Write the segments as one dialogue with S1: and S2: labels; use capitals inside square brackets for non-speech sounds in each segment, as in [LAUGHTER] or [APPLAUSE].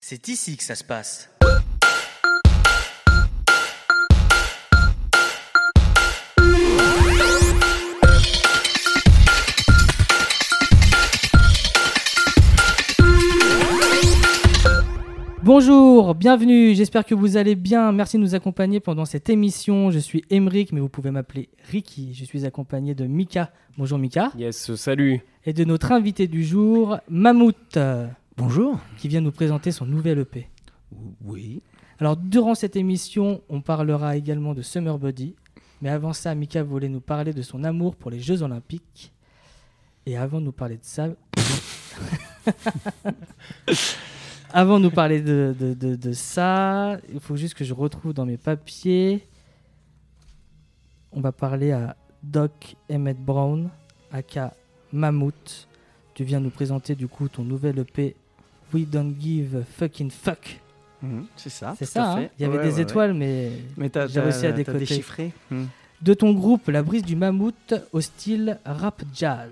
S1: C'est ici que ça se passe.
S2: Bonjour, bienvenue, j'espère que vous allez bien. Merci de nous accompagner pendant cette émission. Je suis Emeric, mais vous pouvez m'appeler Ricky. Je suis accompagné de Mika. Bonjour Mika.
S3: Yes, salut.
S2: Et de notre invité du jour, Mammouth, euh,
S4: Bonjour.
S2: qui vient nous présenter son nouvel EP.
S4: Oui.
S2: Alors, durant cette émission, on parlera également de Summer Body. Mais avant ça, Mika voulait nous parler de son amour pour les Jeux Olympiques. Et avant de nous parler de ça. [LAUGHS] avant de nous parler de, de- de- de ça, il faut juste que je retrouve dans mes papiers. On va parler à Doc Emmett Brown, aka Mammouth. Tu viens nous présenter du coup ton nouvel EP We Don't Give a Fucking Fuck.
S4: Mhm. c'est ça.
S2: C'est
S4: Ah, tout
S2: ça,
S4: à
S2: hein.
S4: fait.
S2: il y avait
S4: Ouais,
S2: des
S4: ouais, ouais.
S2: étoiles, mais...
S4: Mais t'as,
S2: j'ai
S4: t'as-
S2: réussi à
S4: t'as
S2: décoter.
S4: déchiffré. Hmm.
S2: De ton groupe, La Brise du Mammouth, au style rap jazz.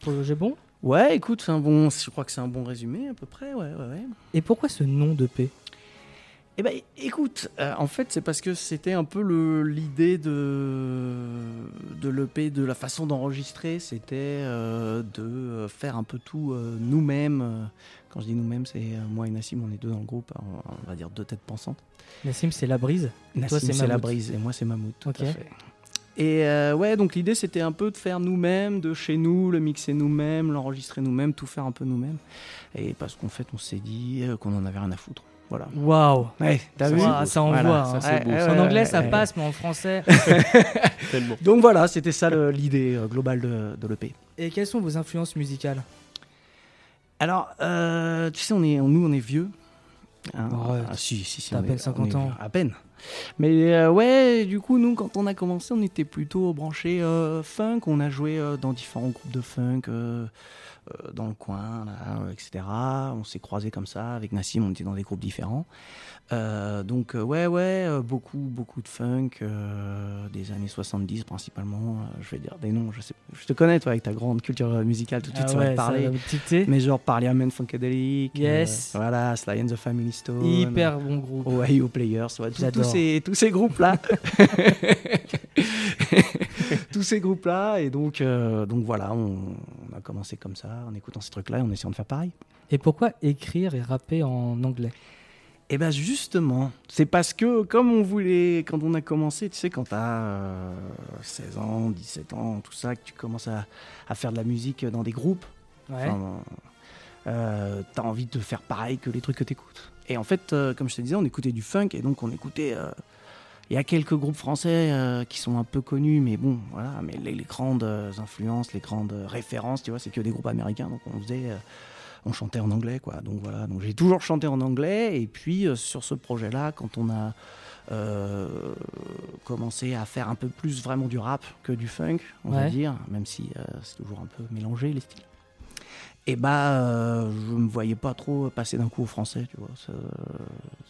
S2: Pour le jeu bon
S4: Ouais, écoute, c'est un bon, je crois que c'est un bon résumé à peu près. Ouais, ouais, ouais.
S2: Et pourquoi ce nom de paix
S4: Eh ben, écoute, euh, en fait, c'est parce que c'était un peu le, l'idée de, de l'EP, de la façon d'enregistrer, c'était euh, de faire un peu tout euh, nous-mêmes. Quand je dis nous-mêmes, c'est euh, moi et Nassim, on est deux dans le groupe, on, on va dire deux têtes pensantes.
S2: Nassim, c'est La Brise. Et
S4: Nassim, c'est la
S2: Mammouth.
S4: brise, et moi, c'est Mammouth. Tout
S2: Ok.
S4: à fait. Et euh, ouais, donc l'idée c'était un peu de faire nous-mêmes, de chez nous, le mixer nous-mêmes, l'enregistrer nous-mêmes, tout faire un peu nous-mêmes. Et parce qu'en fait, on s'est dit euh, qu'on en avait rien à foutre. Voilà.
S2: Waouh
S4: Ouais, t'as
S2: Ça,
S4: vu
S2: c'est beau. Ça envoie,
S4: Ah Voilà,
S2: hein.
S4: ça, c'est
S3: Ouais,
S4: beau,
S3: ouais,
S4: ça.
S2: En
S3: ouais,
S2: anglais,
S3: ouais,
S2: ça
S3: ouais.
S2: passe, mais en français...
S3: Tellement.
S4: Donc voilà, c'était ça le- l'idée euh, globale de, de l'EP.
S2: Et quelles sont vos influences musicales
S4: Alors, euh, tu sais, on est, on- nous, on est vieux. Hein,
S2: Arrête.
S4: ah, si, si, si,
S2: T'as
S4: on
S2: à peine
S4: est-
S2: 50
S4: on est
S2: ans.
S4: vieux, À peine. Mais euh, ouais, du coup, nous, quand on a commencé, on était plutôt branchés euh, funk. On a joué euh, dans différents groupes de funk euh, euh, dans le coin, là, euh, etc. On s'est croisés comme ça. Avec Nassim, on était dans des groupes différents. Euh, donc, euh, ouais, ouais, euh, beaucoup, beaucoup de funk euh, des années 70 principalement. Euh, je vais dire des noms, je, sais, je te connais, toi, avec ta grande culture euh, musicale, tout de suite,
S2: Ah
S4: ça va
S2: ouais,
S4: te parler.
S2: va vous tilter.
S4: [LAUGHS] Mais genre Parliament Funkadelic.
S2: Yes.
S4: euh, voilà, Sly and the Family Stone.
S2: Hyper bon groupe.
S4: Ohio Players, ouais, tous- tous
S2: J'adore.
S4: ces, tous ces groupes-là. [LAUGHS] tous ces groupes-là. Et donc, euh, donc voilà, on, on a commencé comme ça, en écoutant ces trucs-là et en essayant de faire pareil.
S2: Et pourquoi écrire et rapper en anglais
S4: Et bien justement, c'est parce que comme on voulait, quand on a commencé, tu sais, quand t'as euh, 16 ans, 17 ans, tout ça, que tu commences à, à faire de la musique dans des groupes,
S2: Ouais.
S4: Enfin, euh, t'as envie de faire pareil que les trucs que t'écoutes. Et en fait, euh, comme je te disais, on écoutait du funk et donc on écoutait. euh, Il y a quelques groupes français euh, qui sont un peu connus, mais bon, voilà. Mais les, les grandes euh, influences, les grandes euh, références, tu vois, c'est que des groupes américains. Donc on faisait. euh, on chantait en anglais, quoi. Donc voilà. Donc j'ai toujours chanté en anglais. Et puis euh, sur ce projet-là, quand on a euh, commencé à faire un peu plus vraiment du rap que du funk, on va
S2: Ouais.
S4: dire, même si euh, c'est toujours un peu mélangé les styles. Et bah, euh, je me voyais pas trop passer d'un coup au français, tu vois. Ça,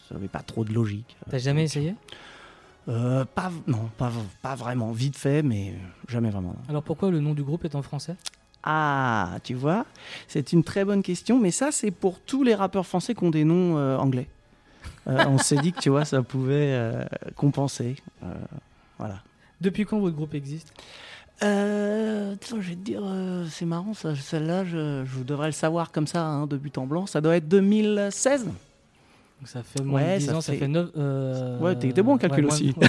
S4: ça avait pas trop de logique.
S2: T'as jamais essayé
S4: Euh, pas, v- non, pas, v- pas vraiment. Vite fait, mais jamais vraiment. non.
S2: Alors pourquoi le nom du groupe est en français
S4: Ah, tu vois, c'est une très bonne question, mais ça, c'est pour tous les rappeurs français qui ont des noms euh, anglais. Euh, on s'est dit que, tu vois, ça pouvait euh, compenser. Euh, voilà.
S2: Depuis quand votre groupe existe
S4: Euh, attends, je vais te dire, euh, c'est marrant, ça, celle-là, je, je devrais le savoir comme ça, hein, de but en blanc. Ça doit être 2016
S2: Donc ça fait moins
S4: Ouais,
S2: de 10
S4: ça
S2: ans, ça
S4: fait-
S2: fait 9... Euh...
S4: Ouais, t'es- t'es bon en calcul
S2: moins-
S4: aussi. [LAUGHS]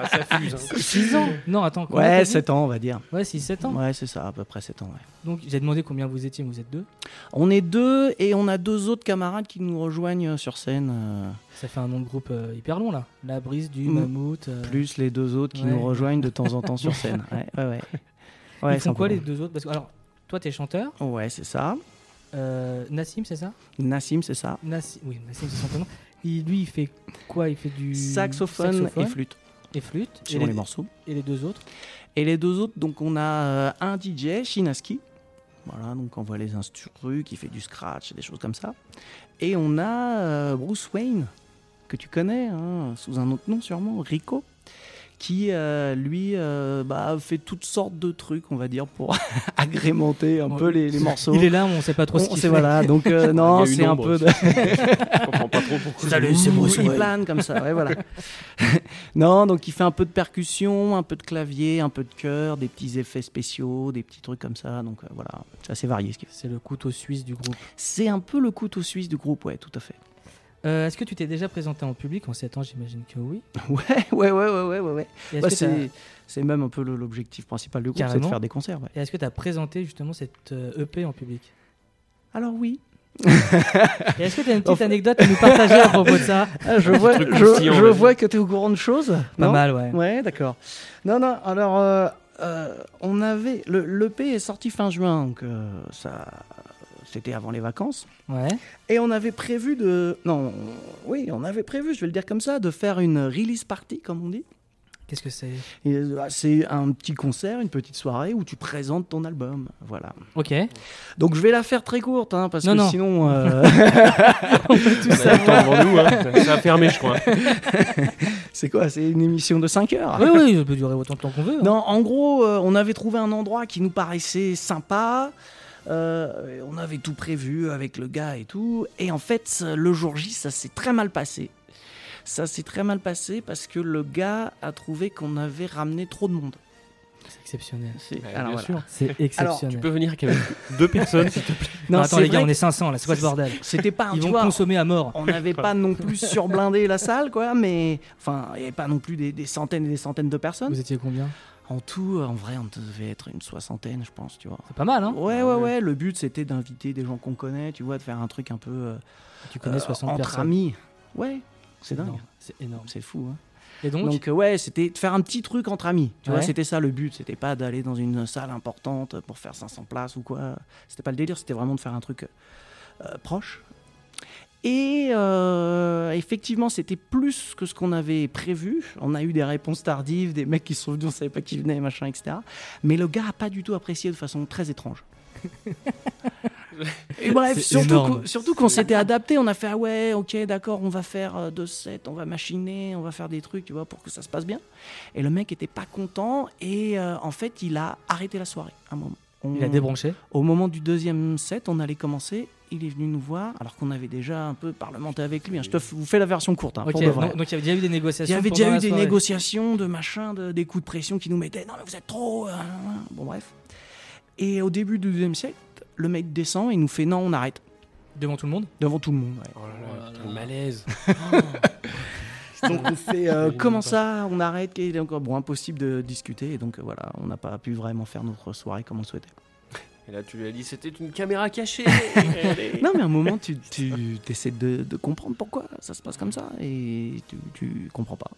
S3: Ah, ça
S2: [LAUGHS]
S3: fuse. hein.
S2: 6 ans Non, attends. combien t'as
S4: Ouais,
S2: dit
S4: 7 ans, on va dire.
S2: Ouais, 6-7 ans.
S4: Ouais, c'est ça, à peu près 7 ans. ouais.
S2: Donc j'ai demandé combien vous étiez, vous êtes deux.
S4: On est deux et on a deux autres camarades qui nous rejoignent euh, sur scène, euh,
S2: Ça fait un nom de groupe euh, hyper long là. La brise du
S4: Mm.
S2: mammouth. euh,
S4: plus les deux autres qui
S2: Ouais.
S4: nous rejoignent de temps en
S2: [LAUGHS]
S4: temps sur scène. Ouais, ouais, ouais.
S2: Ils
S4: Ouais, c'est
S2: font
S4: un
S2: quoi
S4: peu
S2: les deux autres Parce que alors, toi t'es chanteur,
S4: long. Ouais, c'est ça.
S2: euh, Nassim c'est ça
S4: Nassim, c'est ça.
S2: Nassim, oui Nassim c'est son prénom. Il- lui il fait quoi Il fait du
S4: Saxophone,
S2: saxophone
S4: et flûte,
S2: et flûte. Et
S4: selon les
S2: les,
S4: morceaux.
S2: et les deux autres.
S4: Et les deux autres, donc on a euh, un DJ, Shinaski. Voilà, donc on voit les instrus qui fait du scratch, des choses comme ça. Et on a euh, Bruce Wayne, que tu connais, hein, sous un autre nom sûrement, Rico, qui, euh, lui, euh, bah, fait toutes sortes de trucs, on va dire, pour [LAUGHS] agrémenter un
S2: Ouais.
S4: peu les, les morceaux.
S2: Il est là, mais on sait pas trop ce
S4: On-
S2: qu'il
S4: c'est
S2: fait.
S4: voilà,
S3: [LAUGHS]
S4: donc euh, non,
S3: Il y a une
S4: c'est un
S3: ombre
S4: peu de...
S3: Je comprends pas trop
S4: [LAUGHS]
S3: pourquoi.
S4: Salut, c'est
S2: Bruce
S4: Il
S2: Wayne.
S4: plane comme ça, ouais, [LAUGHS] voilà. non, donc il fait un peu de percussion, un peu de clavier, un peu de chœur, des petits effets spéciaux, des petits trucs comme ça. Donc euh, voilà, c'est assez varié ce qu'il fait.
S2: C'est le couteau suisse du groupe.
S4: C'est un peu le couteau suisse du groupe, ouais, tout à fait.
S2: Euh, Est-ce que tu t'es déjà présenté en public En 7 ans, j'imagine que oui.
S4: Ouais, [LAUGHS] ouais, ouais, ouais, ouais, ouais. ouais.
S2: Et Est-ce
S4: Bah,
S2: que t'as-
S4: c'est, c'est même un peu le- l'objectif principal du groupe, c'est
S2: Carrément.
S4: de faire des concerts. ouais.
S2: et est-ce que tu as présenté justement cette euh, EP en
S4: [LAUGHS]
S2: public
S4: Alors oui,
S2: Et Est-ce que tu as une petite anecdote à nous partager à propos de
S4: [LAUGHS]
S2: ça
S4: Ah, je vois,
S3: truc je- croustillant, je là. vois
S4: que tu es au courant de choses.
S2: Pas mal, ouais.
S4: Ouais, d'accord. Non, non, alors, euh, euh, on avait. Le, l'EP est sorti fin juin, donc euh, ça. C'était avant les vacances.
S2: Ouais.
S4: Et on avait prévu de. Non, oui, on avait prévu, je vais le dire comme ça, de faire une release party, comme on dit.
S2: Qu'est-ce que c'est
S4: Et, euh, c'est un petit concert, une petite soirée où tu présentes ton album. Voilà.
S2: Ok.
S4: Donc je vais la faire très courte, hein, parce
S2: Non,
S4: que
S2: non.
S4: sinon.
S2: [LAUGHS]
S4: euh, [LAUGHS]
S3: tout ça. devant nous, hein. Ça a fermé, je crois.
S4: c'est quoi C'est une émission de 5 heures
S2: oui, oui, ça peut durer autant de temps qu'on veut. hein.
S4: Ah. Non, en gros, euh, on avait trouvé un endroit qui nous paraissait sympa. euh, et on avait tout prévu avec le gars et tout. Et en fait, le jour J, ça s'est très mal passé. Ça s'est très mal passé parce que le gars a trouvé qu'on avait ramené trop de monde.
S2: C'est exceptionnel.
S4: C'est-
S3: Ouais,
S4: alors
S3: bien
S4: voilà.
S3: sûr.
S2: C'est
S3: Tu
S2: exceptionnel.
S3: peux venir qu'avec deux personnes, s'il te plaît.
S4: [LAUGHS] Non,
S2: Non, attends,
S4: c'est
S2: les gars,
S4: vrai
S2: on est 500 là, c'est quoi le bordel
S4: que C'était pas un
S2: Ils
S4: tu
S2: vont
S4: vois,
S2: consommer à mort.
S4: On n'avait pas non plus surblindé la salle, quoi, mais. Enfin, il n'y avait pas non plus des, des centaines et des centaines de personnes.
S2: Vous étiez combien
S4: En tout, en vrai, on devait être une soixantaine, je pense, tu vois.
S2: C'est pas mal, hein
S4: Ouais,
S3: Ah
S4: ouais,
S3: ouais.
S4: ouais. Le but, c'était d'inviter des gens qu'on connaît, tu vois, de faire un truc un peu euh,
S2: Tu connais
S4: euh,
S2: 60
S4: entre
S2: personnes.
S4: amis. Ouais, c'est dingue.
S2: énorme, C'est énorme.
S4: C'est fou. hein.
S2: Et donc,
S4: Donc, euh, ouais, c'était de faire un petit truc entre amis. Tu vois,
S2: Ouais.
S4: c'était ça le but. C'était pas d'aller dans une salle importante pour faire 500 places ou quoi. C'était pas le délire. C'était vraiment de faire un truc euh, proche. Et euh, effectivement, c'était plus que ce qu'on avait prévu. On a eu des réponses tardives, des mecs qui sont venus, on savait pas qui venait, machin, etc. Mais le gars a pas du tout apprécié de façon très
S2: [LAUGHS]
S4: étrange. Et bref,
S2: C'est
S4: surtout
S2: énorme.
S4: qu'on, surtout qu'on s'était adapté, on a fait ah ouais, ok, d'accord, on va faire euh, deux sets, on va machiner, on va faire des trucs, tu vois, pour que ça se passe bien. Et le mec était pas content et euh, en fait, il a arrêté la soirée à un moment. On-
S2: il a débranché.
S4: au moment du deuxième set, on allait commencer. Il est venu nous voir, alors qu'on avait déjà un peu parlementé avec lui. hein. Je te f- vous fais la version courte, hein,
S2: Ok,
S4: pour de vrai.
S2: donc donc il y avait déjà eu des
S4: Il
S2: négociations.
S4: y avait
S2: pendant
S4: déjà eu
S2: la
S4: des
S2: soirée.
S4: négociations, de machin, de- des coups de pression qui nous mettaient. Non, mais vous êtes trop. euh, Bon, bref. Et au début du deuxième set, le mec descend et nous fait non, on arrête.
S2: Devant tout le monde
S4: Devant tout le monde. ouais.
S3: Oh là là, putain, le malaise.
S4: Donc on fait euh,
S3: J'imagine
S4: comment
S3: pas.
S4: ça, on arrête, qu'il est encore bon, impossible de discuter. Et donc euh, voilà, on n'a pas pu vraiment faire notre soirée comme on le souhaitait.
S3: Et là, tu lui as dit, c'était une caméra [LAUGHS] cachée.
S4: Non, mais à un moment, tu, tu essaies de, de comprendre pourquoi ça se passe comme ça et tu, tu comprends pas.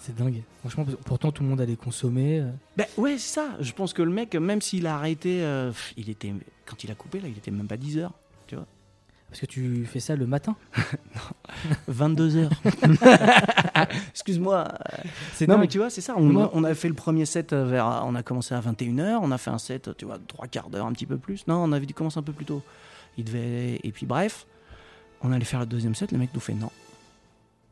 S2: C'est dingue. Franchement, parce- pourtant tout le monde allait consommer. euh.
S4: Ben ouais, c'est ça. Je pense que le mec, même s'il a arrêté, euh, pff, il était quand il a coupé, là, il était même pas 10 heures.
S2: Parce que tu fais ça le matin.
S4: 22 heures. [LAUGHS] Excuse-moi. euh.
S2: C'est
S4: Non,
S2: dingue.
S4: mais tu vois, c'est ça. On,
S2: Moi-
S4: on a fait le premier set euh, vers. On a commencé à 21h. On a fait un set, tu vois, trois quarts d'heure, un petit peu plus. Non, on avait dû commencer un peu plus tôt. Il devait. Et puis, bref, on allait faire le deuxième set. Le mec nous fait non.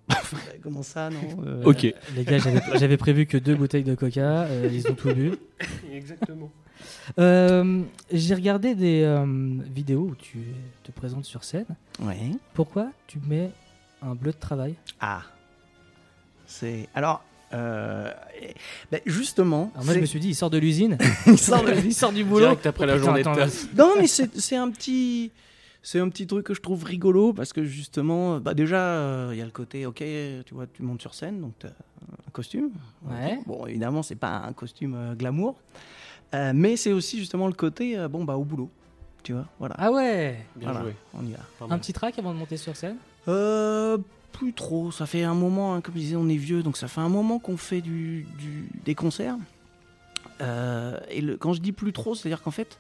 S4: [LAUGHS] Comment ça, non euh,
S3: Ok.
S2: Les gars, j'avais- j'avais prévu que deux bouteilles de coca, euh, ils ont tout bu.
S3: Exactement.
S2: Euh, J'ai regardé des euh, vidéos où tu te présentes sur scène.
S4: Ouais.
S2: Pourquoi tu mets un bleu de travail
S4: Ah. C'est. Alors. euh, eh, ben, justement.
S2: Alors moi, je
S4: c'est-
S2: me suis dit, il sort de l'usine,
S4: [LAUGHS] il sort de-
S2: il sort du boulot.
S3: Direct après la
S2: Putain,
S3: journée
S2: attends,
S3: de
S2: là,
S3: taf.
S4: Non, mais c'est c'est un petit. C'est un petit truc que je trouve rigolo parce que justement, bah déjà, euh, il y a le côté, ok, tu vois, tu montes sur scène, donc t'as un costume.
S2: Ouais.
S4: Bon, évidemment, c'est pas un costume euh, glamour, Euh, mais c'est aussi justement le côté, euh, bon, bah, au boulot, tu vois, voilà.
S2: Ah ouais
S3: Bien
S4: Voilà,
S3: joué.
S4: on y va.
S3: Pas
S2: Un
S3: mal.
S2: petit track avant de monter sur scène
S4: Euh, plus trop. Ça fait un moment, hein, comme je disais, on est vieux, donc ça fait un moment qu'on fait du, du- des concerts. Euh, et le- quand je dis plus trop, c'est-à-dire qu'en fait,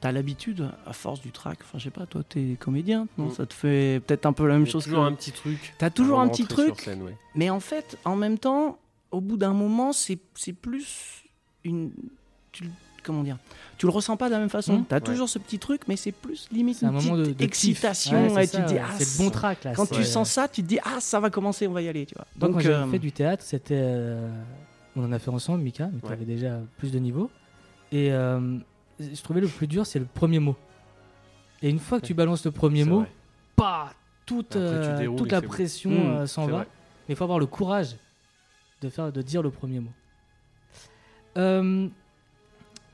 S4: t'as l'habitude, à force du track, enfin je sais pas, toi t'es comédien, non
S3: Mm.
S4: ça te fait peut-être un peu la
S3: Il
S4: même
S3: y a
S4: chose que...
S3: Toujours un petit truc.
S4: T'as toujours
S3: avant
S4: un
S3: de
S4: petit
S3: rentrer
S4: truc,
S3: sur scène, ouais.
S4: mais en fait, en même temps, au bout d'un moment, c'est c'est plus une... Tu le comment dire Tu le ressens pas de la même façon.
S2: Mhm.
S4: T'as
S3: Mm. Ouais.
S4: toujours ce petit truc, mais c'est plus limite
S2: C'est un
S4: une
S2: moment de, de
S4: petite
S2: kiff.
S4: excitation.
S2: Ouais,
S4: et
S2: c'est
S4: tu
S2: ça,
S4: te dis,
S2: ouais.
S4: ah,
S2: c'est le bon track là.
S4: quand
S2: c'est-
S4: tu sens ça, tu te dis ah ça va commencer, on va y aller, tu vois.
S2: Moi, quand
S4: Donc
S2: j'ai
S4: euh,
S2: fait du théâtre, c'était. euh, On en a fait ensemble, Mika, mais tu
S3: Ouais.
S2: avais déjà plus de niveau. Et euh, je trouvais le plus dur, c'est le premier mot. Et une fois que tu balances le premier
S3: C'est
S2: mot,
S3: vrai.
S2: pas toute,
S3: Après, tu
S2: euh,
S3: déroules
S2: toute
S3: et
S2: la
S3: c'est bon.
S2: pression
S4: Mmh,
S2: euh, s'en
S3: c'est
S2: va.
S3: vrai.
S2: Mais il faut avoir le courage de, faire, de dire le premier mot. Euh,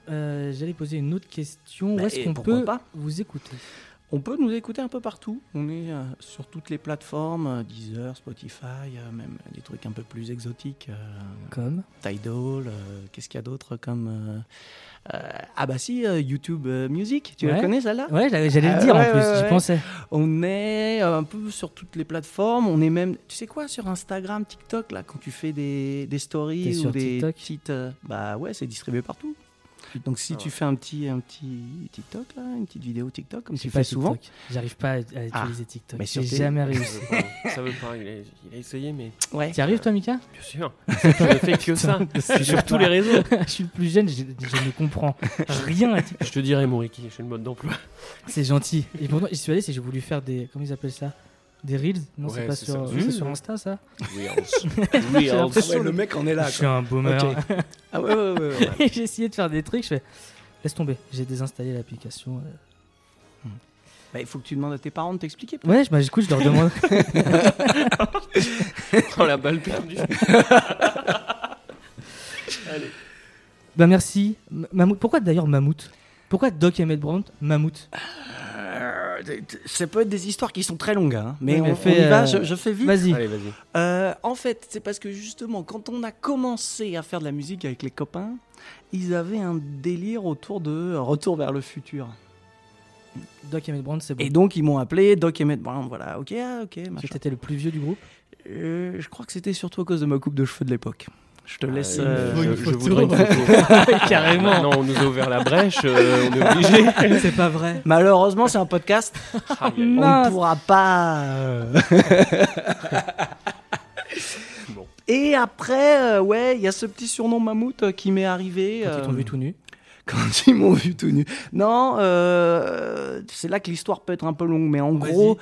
S2: euh, J'allais poser une autre question.
S4: Bah,
S2: Où est-ce
S4: et
S2: qu'on
S4: pourquoi
S2: peut
S4: pas
S2: vous écouter
S4: on peut nous écouter un peu partout. On est euh, sur toutes les plateformes, euh, Deezer, Spotify, euh, même des trucs un peu plus exotiques, euh,
S2: Comme
S4: Tidal, euh, qu'est-ce qu'il y a d'autre comme euh, euh, ah bah si euh, YouTube euh, Music, tu
S2: Ouais.
S4: la connais celle-là
S2: Ouais, j'allais j'allais le
S4: Ah,
S2: dire
S4: ouais,
S2: en plus,
S4: ouais,
S2: j'y
S4: ouais.
S2: pensais.
S4: On est euh, un peu sur toutes les plateformes. On est même, tu sais quoi, sur Instagram, TikTok, là, quand tu fais des, des
S2: T'es
S4: stories
S2: sur
S4: ou des
S2: TikTok
S4: petites. euh, bah ouais, c'est distribué partout. Donc si
S3: Ah
S4: tu
S3: ouais.
S4: fais un petit, un petit TikTok, là, une petite vidéo TikTok, comme
S2: J'ai
S4: tu
S2: pas
S4: fais souvent.
S2: TikTok. J'arrive pas à, à
S4: Ah,
S2: utiliser TikTok.
S4: mais
S2: J'ai
S4: sur tes-
S2: jamais
S3: Ça [LAUGHS]
S2: réussi.
S3: veut pas- Ça veut pas, il a, il a essayé, mais
S4: Ouais.
S2: T'y arrives toi, Mika
S3: bien sûr, je ne
S4: [LAUGHS]
S3: fais que ça. Je suis sur tous les réseaux.
S2: [LAUGHS] je suis le plus jeune, je, je ne comprends rien à TikTok.
S3: Je te dirai, mon Ricky, j'ai le mode d'emploi.
S2: C'est gentil. Et pourtant, j'y suis allé, c'est que j'ai voulu faire des. Comment ils appellent ça Des reels Non, c'est
S3: Ouais,
S2: pas
S3: c'est
S2: sur,
S3: ça.
S2: c'est
S3: Mmh.
S2: sur Insta, ça
S3: Reels. Reels.
S2: l'impression- ouais, le
S4: mec en est
S2: Je suis un boomer.
S4: Ah ouais, ouais, ouais, ouais.
S2: [LAUGHS] Et j'ai essayé de faire des trucs, je fais. Laisse tomber, j'ai désinstallé l'application. euh.
S4: Bah, il faut que tu demandes à tes parents de t'expliquer.
S2: Ouais, je- bah, écoute, je leur demande.
S3: Oh, la balle perdue.
S2: [LAUGHS] bah merci. M- Mammouth. Pourquoi d'ailleurs Mammouth Pourquoi Doc Emmett Brandt Mammouth
S4: Euh, t- t- ça peut être des histoires qui sont très longues, hein, mais,
S2: Oui, mais
S4: on,
S2: fais,
S4: on y va,
S2: euh,
S4: je, je fais vite.
S2: Vas-y.
S3: Allez, vas-y.
S4: Euh, en fait, c'est parce que justement, quand on a commencé à faire de la musique avec les copains, ils avaient un délire autour de Retour vers le futur.
S2: Doc Emmett Brandt, c'est bon.
S4: Et donc, ils m'ont appelé Doc Emmett Brown. Voilà, ok, ah, ok,
S2: Parce que
S4: machin.
S2: t'étais le plus vieux du groupe.
S4: Euh, je crois que c'était surtout à cause de ma coupe de cheveux de l'époque. Je te laisse.
S3: Ah,
S4: euh,
S2: faut
S3: je,
S2: une
S3: je
S2: photo.
S3: voudrais une photo.
S2: Carrément.
S3: Maintenant, on nous a ouvert la brèche, euh, on est obligé.
S2: [LAUGHS]
S3: Ah,
S2: c'est pas vrai.
S4: Malheureusement, c'est
S2: [LAUGHS]
S4: un podcast. on ne
S2: Mince.
S4: pourra
S2: [LAUGHS]
S4: pas. euh.
S3: Bon.
S4: Et après, euh, ouais, il y a ce petit surnom mammouth euh, qui m'est arrivé.
S2: Quand ils t'ont
S4: euh,
S2: vu tout nu.
S4: [LAUGHS] quand ils m'ont vu tout nu. Non, euh, c'est là que l'histoire peut être un peu longue, mais en gros,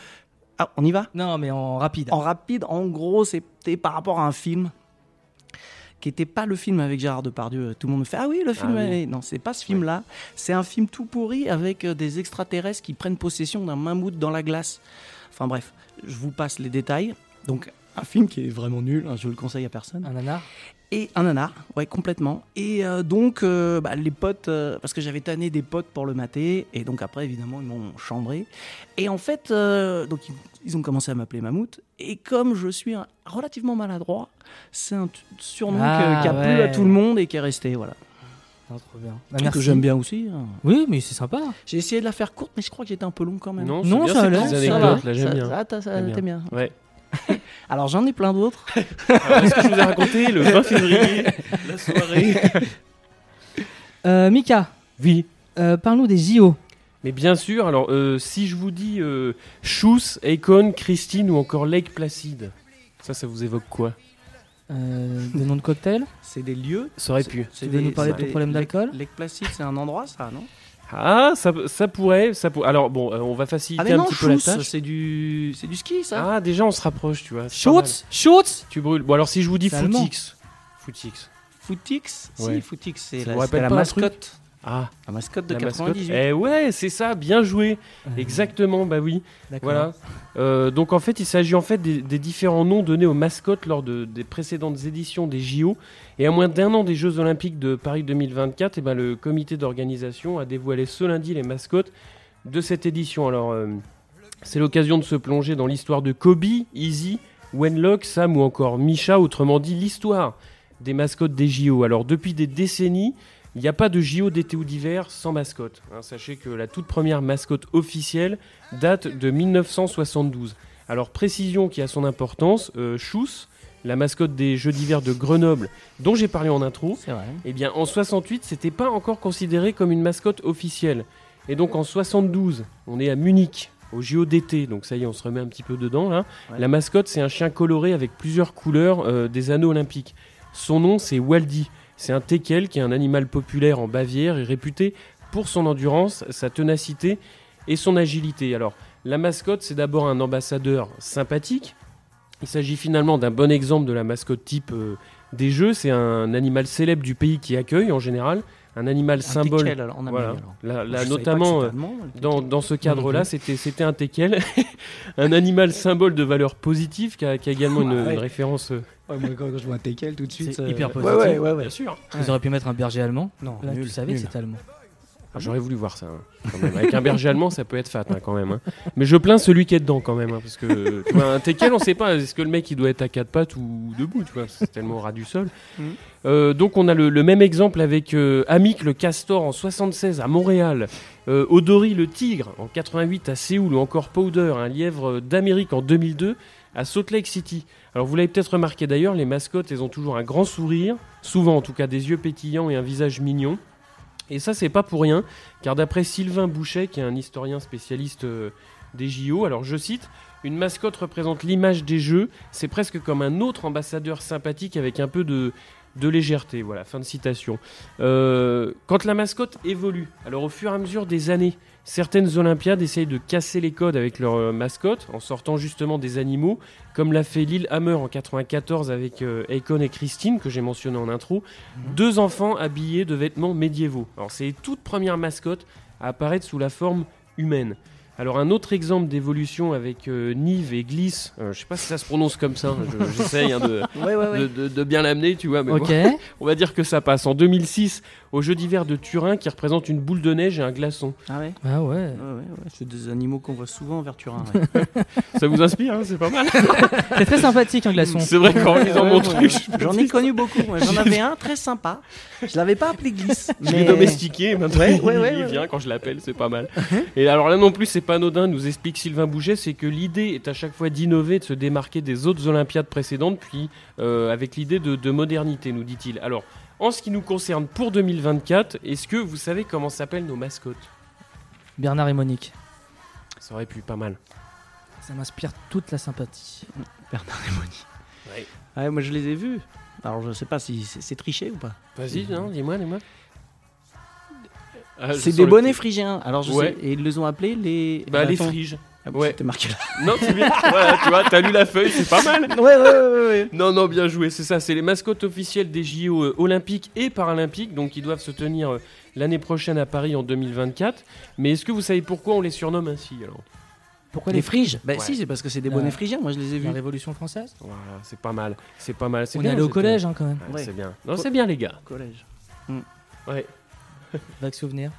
S4: Ah, on y va
S2: Non, mais en rapide.
S4: En rapide, en gros, c'était par rapport à un film qui n'était pas le film avec Gérard Depardieu. Tout le monde me fait ah oui le film.
S3: Ah oui.
S4: est- Non, c'est pas ce film-là. C'est un film tout pourri avec euh, des extraterrestres qui prennent possession d'un mammouth dans la glace. Enfin bref, je vous passe les détails. Donc un film qui est vraiment nul. hein, je le conseille à personne
S2: Un nanar.
S4: et un nanar, ouais, complètement. Et euh, donc, euh, bah, les potes, euh, parce que j'avais tanné des potes pour le mater, et donc après, évidemment, ils m'ont chambré. Et en fait, euh, donc, ils, ils ont commencé à m'appeler Mammouth, et comme je suis un- relativement maladroit, c'est un t- surnom
S2: Ah,
S4: que- qui a
S2: ouais.
S4: plu à tout le monde et qui est resté, voilà.
S2: Non, trop bien. Bah,
S4: Que
S2: merci.
S4: j'aime bien aussi. hein.
S2: Oui, mais c'est sympa.
S4: J'ai essayé de la faire courte, mais je crois que j'étais un peu long quand même.
S3: Non,
S2: Non,
S3: c'est
S2: ça a
S3: bien ces
S2: l'air,
S3: petites
S2: ça va.
S3: anecdotes, là, j'aime
S4: Ça-
S3: bien.
S4: ça- t'as- ça-
S3: J'aime
S4: t'aimes bien.
S3: Ouais.
S4: Alors, j'en ai plein d'autres.
S3: Alors, est-ce que je vous ai raconté le 20 février, la soirée
S2: Euh, Mika,
S3: Oui.
S2: euh, parle-nous des JO.
S3: Mais bien sûr, alors euh, si je vous dis euh, Chous, Akon, Christine ou encore Lake Placid, ça, ça vous évoque quoi
S2: Euh, des noms de cocktails.
S4: C'est des lieux.
S3: Ça aurait pu.
S2: Tu veux nous parler de ton problème d'alcool
S4: Lake Placid, c'est un endroit, ça, non
S3: Ah, ça, ça pourrait, ça pour- Alors bon, euh, on va faciliter
S4: Ah mais
S3: un
S4: non,
S3: petit peu la
S4: Schuss,
S3: tâche.
S4: c'est du, c'est du ski ça.
S3: Ah, déjà on se rapproche, tu vois. c'est pas
S2: [LAUGHS]
S3: mal.
S2: Schutz, Schutz.
S3: Tu brûles. Bon, alors si je vous dis
S2: C'est allemand.
S3: Footix. Footix.
S4: Footix,
S3: Ouais.
S4: si Footix, c'est
S3: Ça
S4: la,
S3: vous rappelle
S4: c'était la
S3: pas un
S4: mascotte,
S3: Ah,
S4: la mascotte de
S3: la mascotte.
S4: 98.
S3: Eh ouais, c'est ça, bien joué. Exactement, bah oui.
S2: D'accord.
S3: Voilà. Euh, donc en fait, il s'agit en fait des, des différents noms donnés aux mascottes lors de, des précédentes éditions des JO. Et à moins d'un an des Jeux Olympiques de Paris 2024, eh ben, le comité d'organisation a dévoilé ce lundi les mascottes de cette édition. Alors, euh, c'est l'occasion de se plonger dans l'histoire de Kobe, Easy, Wenlock, Sam ou encore Misha, autrement dit l'histoire des mascottes des JO. Alors, depuis des décennies, il n'y a pas de JO d'été ou d'hiver sans mascotte. hein. sachez que la toute première mascotte officielle date de 1972. Alors, précision qui a son importance, euh, Chousse, la mascotte des Jeux d'hiver de Grenoble, dont j'ai parlé en intro,
S4: C'est vrai.
S3: eh bien, en 68, c'était pas encore considéré comme une mascotte officielle. Et donc en 72, on est à Munich, au JO d'été. Donc ça y est, on se remet un petit peu dedans là.
S4: Ouais.
S3: La mascotte, c'est un chien coloré avec plusieurs couleurs euh, des anneaux olympiques. Son nom, c'est Waldi. C'est un teckel qui est un animal populaire en Bavière et réputé pour son endurance, sa ténacité et son agilité. Alors, la mascotte, c'est d'abord un ambassadeur sympathique. Il s'agit finalement d'un bon exemple de la mascotte type euh, des jeux. C'est un animal célèbre du pays qui accueille en général, un animal
S4: Un
S3: symbole.
S4: teckel, alors, en
S3: Voilà.
S4: Allemagne, Ah,
S3: Là-
S4: alors. Je
S3: là,
S4: savais pas que
S3: notamment,
S4: c'était
S3: euh,
S4: allemand, le
S3: dans,
S4: teckel.
S3: dans ce
S4: Mhm.
S3: cadre-là, c'était c'était un teckel, [LAUGHS] un animal symbole de valeur positive qui a, qui a également une,
S1: Ah, Ouais.
S3: une référence. euh,
S1: Ouais, moi, quand, quand je vois un teckel, tout de suite.
S2: C'est
S1: euh,
S2: hyper
S1: ouais,
S2: positif.
S1: Ouais, ouais, ouais.
S3: Bien sûr.
S2: Ils auraient pu mettre un berger allemand.
S1: Non,
S2: Là,
S1: nul,
S2: tu savais
S1: nul.
S2: que c'était allemand.
S3: Ah, J'aurais voulu voir ça. hein, quand même. Avec un berger allemand, ça peut être fat hein, quand même. hein. Mais je plains celui qui est dedans quand même. hein, parce que tu vois, un teckel, on sait pas. Est-ce que le mec il doit être à quatre pattes ou debout tu vois, C'est tellement au ras du sol.
S4: Mhm.
S3: Euh, donc on a le, le même exemple avec euh, Amic le castor en 76 à Montréal. euh, Odori le tigre en 88 à Séoul. Ou encore Powder, un lièvre d'Amérique en 2002 à Salt Lake City. Alors vous l'avez peut-être remarqué d'ailleurs, les mascottes, elles ont toujours un grand sourire. Souvent en tout cas des yeux pétillants et un visage mignon. Et ça, c'est pas pour rien, car d'après Sylvain Bouchet, qui est un historien spécialiste euh, des JO, alors je cite, une mascotte représente l'image des jeux, c'est presque comme un autre ambassadeur sympathique avec un peu de, de légèreté. Voilà, fin de citation. Euh, quand la mascotte évolue, alors au fur et à mesure des années, certaines Olympiades essayent de casser les codes avec leur euh, mascotte en sortant justement des animaux, comme l'a fait Lille Hammer en 94 avec euh, Akon et Christine, que j'ai mentionné en intro deux enfants habillés de vêtements médiévaux. Alors c'est les toutes premières mascottes à apparaître sous la forme humaine. Alors un autre exemple d'évolution avec euh, Nive et Glisse, euh, je sais pas si ça se prononce comme ça, hein, je- j'essaye hein, de,
S4: Ouais, ouais, ouais.
S3: de- de- de bien l'amener, tu vois, mais
S2: ok.
S3: bon, on va dire que ça passe. En 2006, au jeu d'hiver de Turin qui représente une boule de neige et un glaçon.
S4: Ah ouais
S2: [LAUGHS] Ah ouais.
S4: Ouais, ouais, ouais. C'est des animaux qu'on voit souvent vers Turin. [LAUGHS] ouais.
S3: Ça vous inspire, hein, c'est pas mal.
S2: C'est très sympathique un glaçon.
S3: C'est vrai qu'en lisant
S4: Ouais,
S3: mon
S4: ouais, ouais.
S3: truc, je- [LAUGHS]
S4: J'en ai connu beaucoup. moi. J'en avais un très sympa. Je l'avais pas
S3: [LAUGHS]
S4: appelé glisse.
S3: Je l'ai
S4: mais-
S3: domestiqué, maintenant
S4: Ouais,
S3: il
S4: ouais, ouais,
S3: il
S4: ouais. Uh-huh.
S3: vient quand je l'appelle, c'est pas mal. Et alors là non plus, c'est pas anodin, nous explique Sylvain Bouget, c'est que l'idée est à chaque fois d'innover, de se démarquer des autres Olympiades précédentes, puis euh, avec l'idée de, de modernité, nous dit-il. Alors, en ce qui nous concerne pour 2024, est-ce que vous savez comment s'appellent nos mascottes
S2: Bernard et Monique.
S3: Ça aurait pu pas mal.
S2: Ça m'inspire toute la sympathie.
S4: Bernard et Monique.
S3: Ouais.
S4: Ouais, moi je les ai vus. Alors je sais pas si c'est c'est triché ou pas.
S3: Vas-y, non, hein, dis-moi, dis-moi. Ah, je
S4: c'est
S3: sens
S4: des
S3: le-
S4: bonnets phrygiens. Alors je
S3: Ouais.
S4: sais. Et ils les ont appelés les.
S3: Bah, les
S4: Attends.
S3: friges.
S4: Ah, bon,
S3: Ouais.
S4: C'était marqué là.
S3: Non, c'est [LAUGHS] bien. Voilà, tu vois, t'as lu la feuille, c'est pas mal.
S4: ouais, ouais, ouais, ouais.
S3: Non, non, bien joué, c'est ça. C'est les mascottes officielles des JO euh, olympiques et paralympiques, donc qui doivent se tenir euh, l'année prochaine à Paris en 2024. Mais est-ce que vous savez pourquoi on les surnomme ainsi alors
S2: Pourquoi
S4: les
S2: les
S4: friges Bah
S3: Ouais.
S4: si, c'est parce que c'est des
S2: La-
S4: bonnets phrygiens. Moi je les ai
S2: La
S4: vus.
S2: Révolution française
S3: Voilà, c'est pas mal, c'est pas mal. c'est
S2: On est
S3: bien,
S2: allé au
S3: c'était-
S2: collège hein, quand même.
S3: Ouais,
S4: Ouais.
S3: C'est bien. Non, c'est bien les gars.
S4: Collège.
S3: Ouais.
S2: Vague souvenir.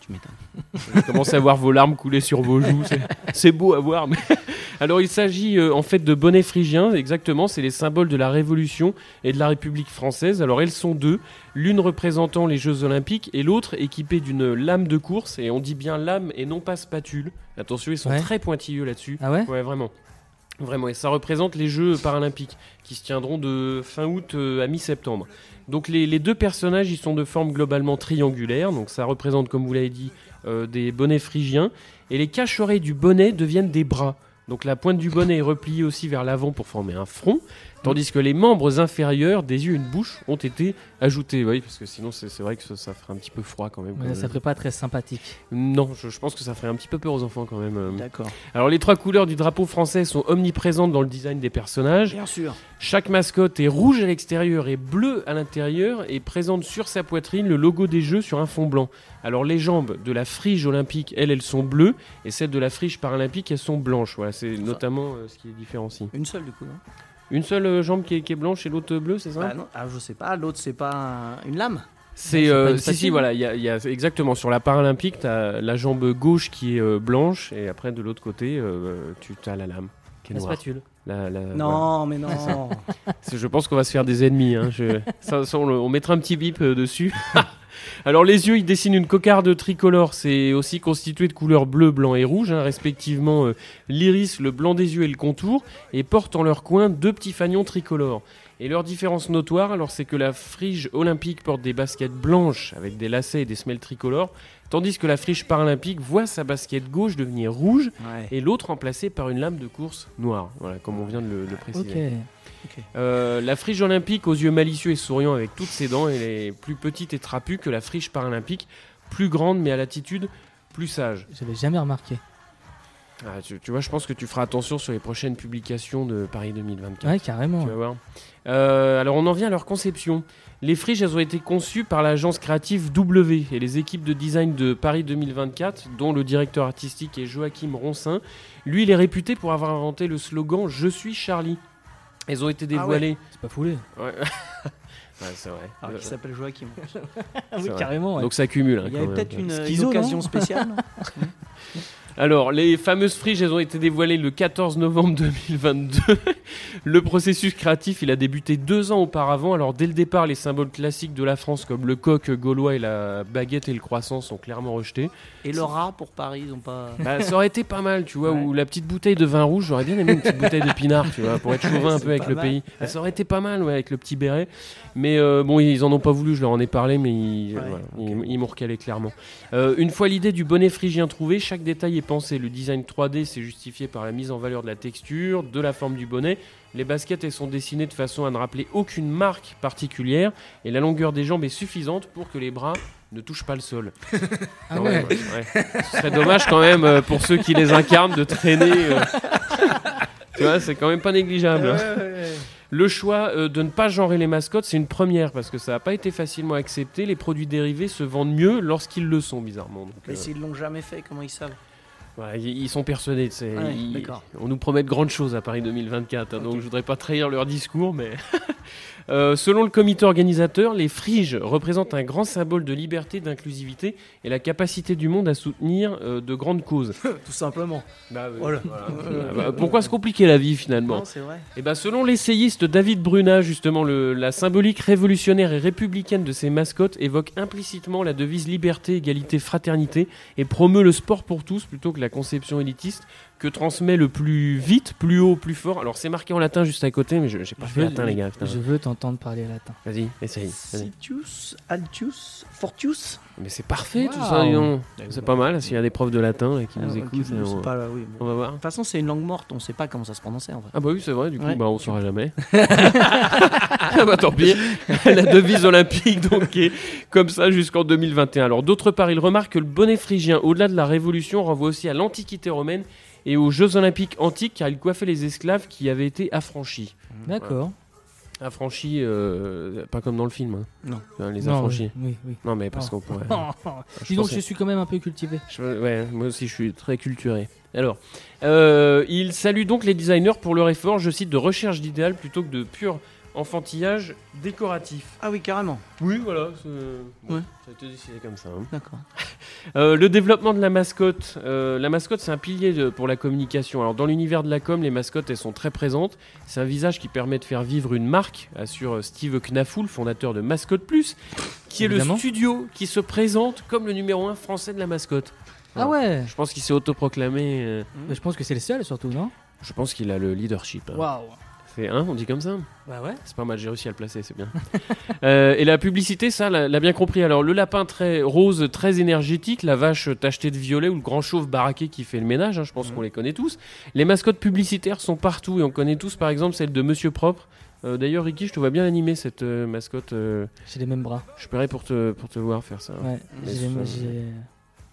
S4: Tu m'étonnes.
S3: Vous commencez à voir vos larmes couler sur vos joues. c'est- C'est beau à voir. Mais... [LAUGHS] Alors, il s'agit euh, en fait de bonnets phrygiens. Exactement, c'est les symboles de la Révolution et de la République française. Alors, elles sont deux. L'une représentant les Jeux Olympiques et l'autre équipée d'une lame de course. Et on dit bien lame et non pas spatule. Attention, ils sont
S2: Ouais.
S3: très pointilleux là-dessus.
S2: Ah ouais
S3: Ouais, vraiment. Vraiment, et ça représente les Jeux paralympiques qui se tiendront de fin août euh, à mi-septembre. Donc les, les deux personnages, ils sont de forme globalement triangulaire, donc ça représente, comme vous l'avez dit, euh, des bonnets phrygiens, et les cache-oreilles du bonnet deviennent des bras. Donc la pointe du bonnet est repliée aussi vers l'avant pour former un front, tandis que les membres inférieurs, des yeux et une bouche, ont été ajoutés. Oui, parce que sinon c'est c'est vrai que ça, ça ferait un petit peu froid quand même.
S2: Ouais,
S3: comme-
S2: Ça ferait pas très sympathique.
S3: Non, je, je pense que ça ferait un petit peu peur aux enfants quand même. euh.
S4: Mm. D'accord.
S3: Alors les trois couleurs du drapeau français sont omniprésentes dans le design des personnages.
S4: Bien sûr.
S3: Chaque mascotte est rouge à l'extérieur et bleue à l'intérieur et présente sur sa poitrine le logo des jeux sur un fond blanc. Alors les jambes de la frige olympique, elles, elles sont bleues et celles de la frige paralympique, elles sont blanches. Voilà, c'est notamment euh, ce qui les différencie.
S4: Une seule du coup. non
S3: Une seule euh, jambe qui est, qui est blanche et l'autre euh, bleue, c'est ça
S4: Bah non. Ah je sais pas. L'autre c'est pas un- une lame.
S3: C'est
S2: C'est
S3: euh,
S2: pas une
S3: si si
S2: statue,
S3: voilà il y a- il y a- exactement sur la paralympique t'as la jambe gauche qui est euh, blanche et après de l'autre côté euh, tu as la lame qui est
S2: La
S3: noire.
S2: spatule.
S3: La- la-
S4: Euh,
S3: voilà.
S4: Non [LAUGHS] mais non.
S3: C'est- Je pense qu'on va se faire des ennemis. hein. Je- ça, ça, on, le- on mettra un petit bip euh, dessus. [LAUGHS] Alors les yeux, ils dessinent une cocarde tricolore. C'est aussi constitué de couleurs bleu, blanc et rouge, hein, respectivement euh, l'iris, le blanc des yeux et le contour, et portent en leur coin deux petits fanions tricolores. Et leur différence notoire, alors c'est que la frige olympique porte des baskets blanches avec des lacets et des semelles tricolores, tandis que la frige paralympique voit sa basket gauche devenir rouge
S4: ouais.
S3: et l'autre remplacée par une lame de course noire. Voilà, comme on vient de le, le préciser.
S2: Ok.
S4: Ok.
S3: Euh, la friche olympique aux yeux malicieux et souriants avec toutes ses dents, elle est plus petite et trapue que la friche paralympique, plus grande mais à l'attitude plus sage.
S2: J'avais jamais remarqué.
S3: Ah, tu, tu vois, je pense que tu feras attention sur les prochaines publications de Paris 2024.
S2: Ouais, carrément.
S3: Tu vas voir. Euh, alors on en vient à leur conception. Les friches, elles ont été conçues par l'agence créative W et les équipes de design de Paris 2024, dont le directeur artistique est Joachim Roncin. Lui, il est réputé pour avoir inventé le slogan Je suis Charlie. Elles ont été
S4: Ah ouais.
S3: dévoilées.
S2: C'est pas foulé.
S3: Ouais. [LAUGHS] Ouais, c'est vrai.
S4: Alors, qui s'appelle euh, Joachim.
S2: Ah oui,
S3: C'est vrai.
S2: carrément. ouais.
S3: Donc ça cumule. hein,
S4: Il y
S3: quand
S4: avait
S3: même.
S4: peut-être une, euh, une
S2: Schizo,
S4: occasion
S2: non
S4: spéciale. [LAUGHS]
S3: Alors, les fameuses friges, elles ont été dévoilées le 14 novembre [LAUGHS] 2022. le processus créatif, il a débuté deux ans auparavant. Alors, dès le départ, les symboles classiques de la France, comme le coq gaulois et la baguette et le croissant, sont clairement rejetés.
S4: Et le rat pour Paris, ils ont pas. [LAUGHS]
S3: Bah, ça aurait été pas mal, tu vois,
S4: Ouais.
S3: ou la petite bouteille de vin rouge, j'aurais bien aimé une petite bouteille de pinard, tu vois, pour être chauvin un
S4: C'est
S3: peu avec
S4: pas
S3: le
S4: mal.
S3: pays. Bah, ça aurait été pas mal, ouais, avec le petit béret. Mais euh, bon, ils en ont pas voulu, je leur en ai parlé, mais ils,
S4: Ouais,
S3: voilà,
S4: ok.
S3: ils- ils m'ont recalé clairement. Euh, une fois l'idée du bonnet phrygien trouvée, chaque détail est pensé. Le design 3D, c'est justifié par la mise en valeur de la texture, de la forme du bonnet. Les baskets, elles sont dessinées de façon à ne rappeler aucune marque particulière, et la longueur des jambes est suffisante pour que les bras ne touchent pas le sol.
S2: Ah
S3: Quand
S2: ouais.
S3: même, ouais. Ce serait dommage quand même euh, pour ceux qui les incarnent de traîner. euh. tu vois, c'est quand même pas négligeable. hein. Le choix euh, de ne pas genrer les mascottes, c'est une première parce que ça n'a pas été facilement accepté. Les produits dérivés se vendent mieux lorsqu'ils le sont, bizarrement. Donc, euh,
S4: Mais s'ils l'ont jamais fait, comment ils savent Ah
S3: voilà, ils ils sont persuadés. c'est-
S4: Ouais,
S3: ils-
S4: d'accord.
S3: on nous promet de grandes choses à Paris 2024, hein, donc je voudrais pas trahir leur discours, mais [LAUGHS] Euh, selon le comité organisateur, les friges représentent un grand symbole de liberté, d'inclusivité et la capacité du monde à soutenir euh, de grandes causes.
S4: Tout simplement.
S3: Bah oui,
S4: Voilà.
S3: voilà. Ah bah, pourquoi se compliquer la vie finalement
S4: Non, c'est vrai.
S3: Et ben selon l'essayiste David Bruna, justement, le- la symbolique révolutionnaire et républicaine de ces mascottes évoque implicitement la devise liberté, égalité, fraternité et promeut le sport pour tous plutôt que la conception élitiste que transmet le plus vite, plus haut, plus fort. Alors c'est marqué en latin juste à côté, mais je j'ai pas
S2: Je
S3: fait
S2: veux-
S3: latin les gars. putain.
S2: Je veux t'entendre parler latin.
S3: Vas-y, essaye. vas-y.
S4: Sitius, Altius, Fortius.
S3: Mais c'est parfait tout
S2: Waouh.
S3: ça, dis donc. C'est pas mal. S'il y a des profs de latin là, qui nous
S4: Ah, ok,
S3: écoutent,
S4: je sais
S3: on,
S4: pas, là, oui, bon.
S3: on va voir.
S4: De toute façon, c'est une langue morte, on sait pas comment ça se prononçait en vrai.
S3: Ah bah oui, c'est vrai, du coup,
S4: Ouais.
S3: bah on saura jamais. [LAUGHS] ah bah tant pis, [LAUGHS] la devise olympique, donc, est comme ça jusqu'en 2021. Alors d'autre part, il remarque que le bonnet phrygien, au-delà de la Révolution, renvoie aussi à l'Antiquité romaine et aux Jeux olympiques antiques, car il coiffait les esclaves qui avaient été affranchis.
S2: D'accord.
S3: Affranchis, euh, pas comme dans le film. hein.
S4: Non.
S3: Enfin, les
S2: Non,
S3: affranchis.
S2: Oui, oui. oui.
S3: Non, mais parce
S2: Non.
S3: qu'on
S2: [LAUGHS]
S3: pourrait... Je
S2: Dis donc,
S3: pensais-
S2: je suis quand même un peu cultivé.
S3: Je- ouais, moi aussi, je suis très culturé. Alors, euh, il salue donc les designers pour leur effort, je cite, de recherche d'idéal plutôt que de pur enfantillage décoratif.
S4: Ah oui, carrément.
S3: Oui, voilà. c'est- bon,
S4: Ouais.
S3: Ça a été décidé comme ça. hein.
S4: D'accord.
S3: Euh, le développement de la mascotte. Euh, la mascotte, c'est un pilier de- pour la communication. Alors, dans l'univers de la com, les mascottes, elles sont très présentes. C'est un visage qui permet de faire vivre une marque, assure euh, Steve Knafoul, fondateur de Mascotte Plus, qui est
S2: Évidemment.
S3: le studio qui se présente comme le numéro un français de la mascotte.
S2: Ah ouais.
S3: Je pense qu'il s'est autoproclamé. euh,
S2: Mais je pense que c'est le seul surtout, non
S3: Je pense qu'il a le leadership. hein.
S2: Waouh.
S3: C'est un, on dit comme ça.
S2: Bah ouais.
S3: C'est pas mal, j'ai réussi à le placer, c'est bien. [LAUGHS] Euh, et la publicité, ça, l'a l'a bien compris. Alors, le lapin très rose, très énergétique, la vache tachetée de violet ou le grand chauve baraqué qui fait le ménage, hein, je pense qu'on les connaît tous. Les mascottes publicitaires sont partout et on connaît tous, par exemple, celle de Monsieur Propre. Euh, D'ailleurs, Ricky, je te vois bien animer cette euh, mascotte. euh,
S2: J'ai les mêmes bras.
S3: je paierais pour te, pour te voir faire ça.
S2: Ouais. J'ai
S3: Mais
S2: les-
S3: ce-
S2: j'ai-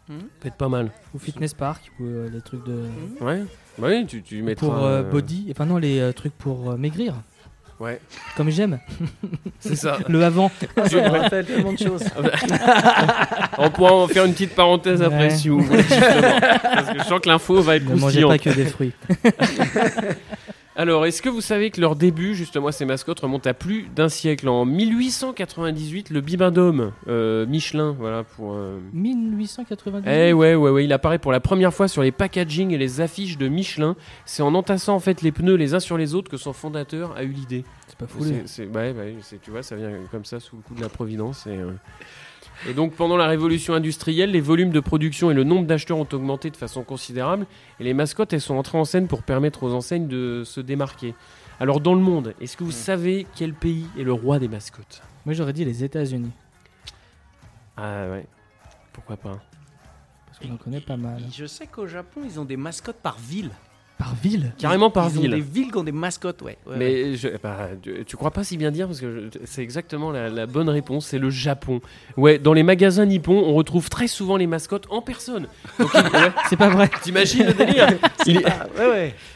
S3: Ça peut être pas mal.
S2: Au fitness park ou euh, les trucs de.
S3: Ouais. Bah Oui, tu, tu mettras.
S2: Pour euh,
S3: euh,
S2: body. Enfin non, les euh, trucs pour euh, maigrir.
S3: Ouais,
S2: Comme j'aime. [LAUGHS]
S3: c'est ça.
S2: Le avant.
S3: [LAUGHS] Tu-
S4: Ça me rappelle tellement de choses.
S3: Ah On pourra en faire une petite parenthèse après
S2: Ouais.
S3: si vous voulez. justement. Parce que je sens que l'info va être
S2: Ne mangez pas
S3: croustillante.
S2: que des
S3: [LAUGHS]
S2: fruits.
S3: Alors, est-ce que vous savez que leur début, justement, à ces mascottes remonte à plus d'un siècle En 1898, le Bibendum, euh, Michelin, voilà, pour... euh,
S2: 1890.
S3: eh ouais, ouais, ouais, il apparaît pour la première fois sur les packagings et les affiches de Michelin. C'est en entassant en fait les pneus les uns sur les autres que son fondateur a eu l'idée.
S2: C'est pas foulé.
S3: C'est, c'est- bah ouais, ouais, c'est- tu vois, ça vient comme ça sous le coup de la Providence. Et, euh, et donc, pendant la révolution industrielle, les volumes de production et le nombre d'acheteurs ont augmenté de façon considérable. Et les mascottes, elles sont entrées en scène pour permettre aux enseignes de se démarquer. Alors, dans le monde, est-ce que vous savez quel pays est le roi des mascottes
S2: Moi j'aurais dit les États-Unis.
S3: Ah ouais, pourquoi pas hein.
S2: Parce qu'on en connaît pas mal.
S4: Je sais qu'au Japon, ils ont des mascottes par ville.
S2: Par ville
S3: Carrément par
S4: Ils ont
S3: ville.
S4: des villes qui ont des mascottes, ouais. ouais, ouais.
S3: Mais je- bah, tu, tu crois pas si bien dire parce que je- c'est exactement la, la bonne réponse, c'est le Japon. Ouais, dans les magasins nippons, on retrouve très souvent les mascottes en personne. Donc, il- [LAUGHS] ouais,
S2: C'est pas vrai.
S3: T'imagines le [LAUGHS] délire il est...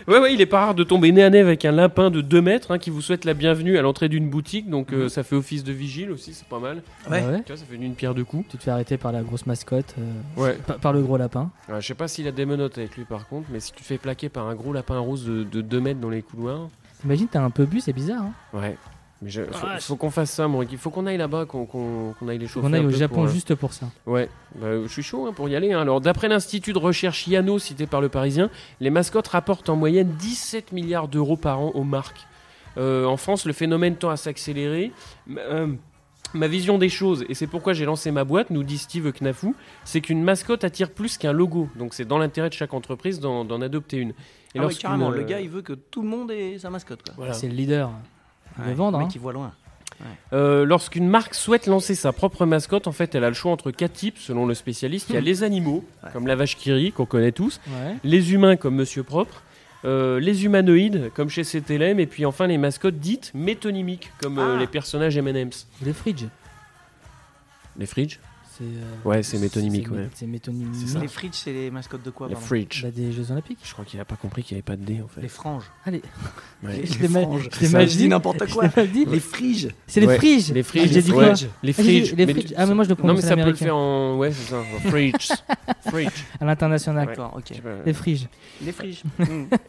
S3: Ouais, ouais, il est pas rare de tomber nez à nez avec un lapin de 2 mètres hein, qui vous souhaite la bienvenue à l'entrée d'une boutique, donc euh, ça fait office de vigile aussi, c'est pas mal.
S4: Ouais.
S2: Ah
S3: Tu vois, ça fait une pierre deux coups.
S2: Tu te fais arrêter par la grosse mascotte, euh,
S3: Ouais.
S2: par, par le gros lapin.
S3: Ouais, je sais pas s'il a des menottes avec lui par contre, mais si tu te fais plaquer par un gros lapin rose de, de 2 mètres dans les couloirs.
S2: T'imagines, t'as un peu bu, c'est bizarre. Hein
S3: Ouais. Mais je- faut,
S2: Vache.
S3: faut qu'on fasse ça, mon Il faut qu'on aille là-bas, qu'on qu'on- Ah, qu'on aille les chauffer.
S2: On
S3: un
S2: aille au
S3: peu
S2: Japon
S3: pour, euh,
S2: juste pour ça.
S3: Ouais, Bah, je suis chaud hein, pour y aller. hein. Alors, d'après l'Institut de recherche Yano, cité par le Parisien, les mascottes rapportent en moyenne 17 milliards d'euros par an aux marques. Euh, en France, le phénomène tend à s'accélérer. Ma- euh, ma vision des choses, et c'est pourquoi j'ai lancé ma boîte, nous dit Steve Knafou, c'est qu'une mascotte attire plus qu'un logo. Donc, c'est dans l'intérêt de chaque entreprise d'en d'en adopter une.
S4: Ah ouais,
S3: lorsqu'une,
S4: carrément, le
S3: euh,
S4: gars il veut que tout le monde ait sa mascotte. Quoi.
S3: voilà.
S2: C'est le leader. Il veut
S4: Ouais,
S2: vendre.
S4: Le
S2: Hein.
S4: mec il voit loin.
S3: Euh, lorsqu'une marque souhaite lancer sa propre mascotte, en fait, elle a le choix entre quatre types, selon le spécialiste. Il y a les animaux,
S4: Hmm. Ouais.
S3: comme la vache Kiri, qu'on connaît tous,
S2: Ouais.
S3: les humains, comme Monsieur Propre, euh, les humanoïdes, comme chez CTLM, et puis enfin les mascottes dites métonymiques, comme euh,
S4: Ah.
S3: les personnages M&M's.
S2: Les fridges.
S3: Les Fridge
S2: C'est, euh,
S3: Ouais, c'est métonymique,
S2: c'est-
S3: ouais.
S2: C'est métonymique.
S3: C'est ça.
S4: Les frites, c'est les mascottes de quoi
S3: Les
S4: pardon
S3: Fridge.
S2: Bah, des Jeux Olympiques.
S3: Je crois qu'il a pas compris qu'il n'y avait pas de dé, en
S4: Les
S3: fait.
S4: franges.
S2: Allez,
S3: Ouais.
S2: [LAUGHS]
S4: Les,
S2: je
S4: [LAUGHS] les
S2: l'ai mal-
S4: franges.
S2: je l'ai
S4: Ça,
S2: mal
S4: je
S2: dit.
S4: dis n'importe quoi.
S2: Je l'ai pas dit.
S4: [LAUGHS] les friges.
S2: C'est les
S3: Ouais.
S2: fridges.
S3: Les
S2: Ah,
S3: Fridge.
S2: j'ai dit
S3: ouais.
S2: quoi
S3: Les
S2: Ah, j'ai dit
S3: Fridge.
S2: les
S3: Mais
S2: Fridge.
S3: tu-
S2: Ah, mais moi je le
S3: Non, mais
S2: prononce
S3: ça peut le
S2: américain.
S3: faire en.
S2: [LAUGHS]
S3: Ouais, c'est ça. Fridge. Fridge.
S2: À l'international.
S4: D'accord, ok.
S3: Je sais pas.
S2: Les friges.
S4: Les [LAUGHS] friges. Mm.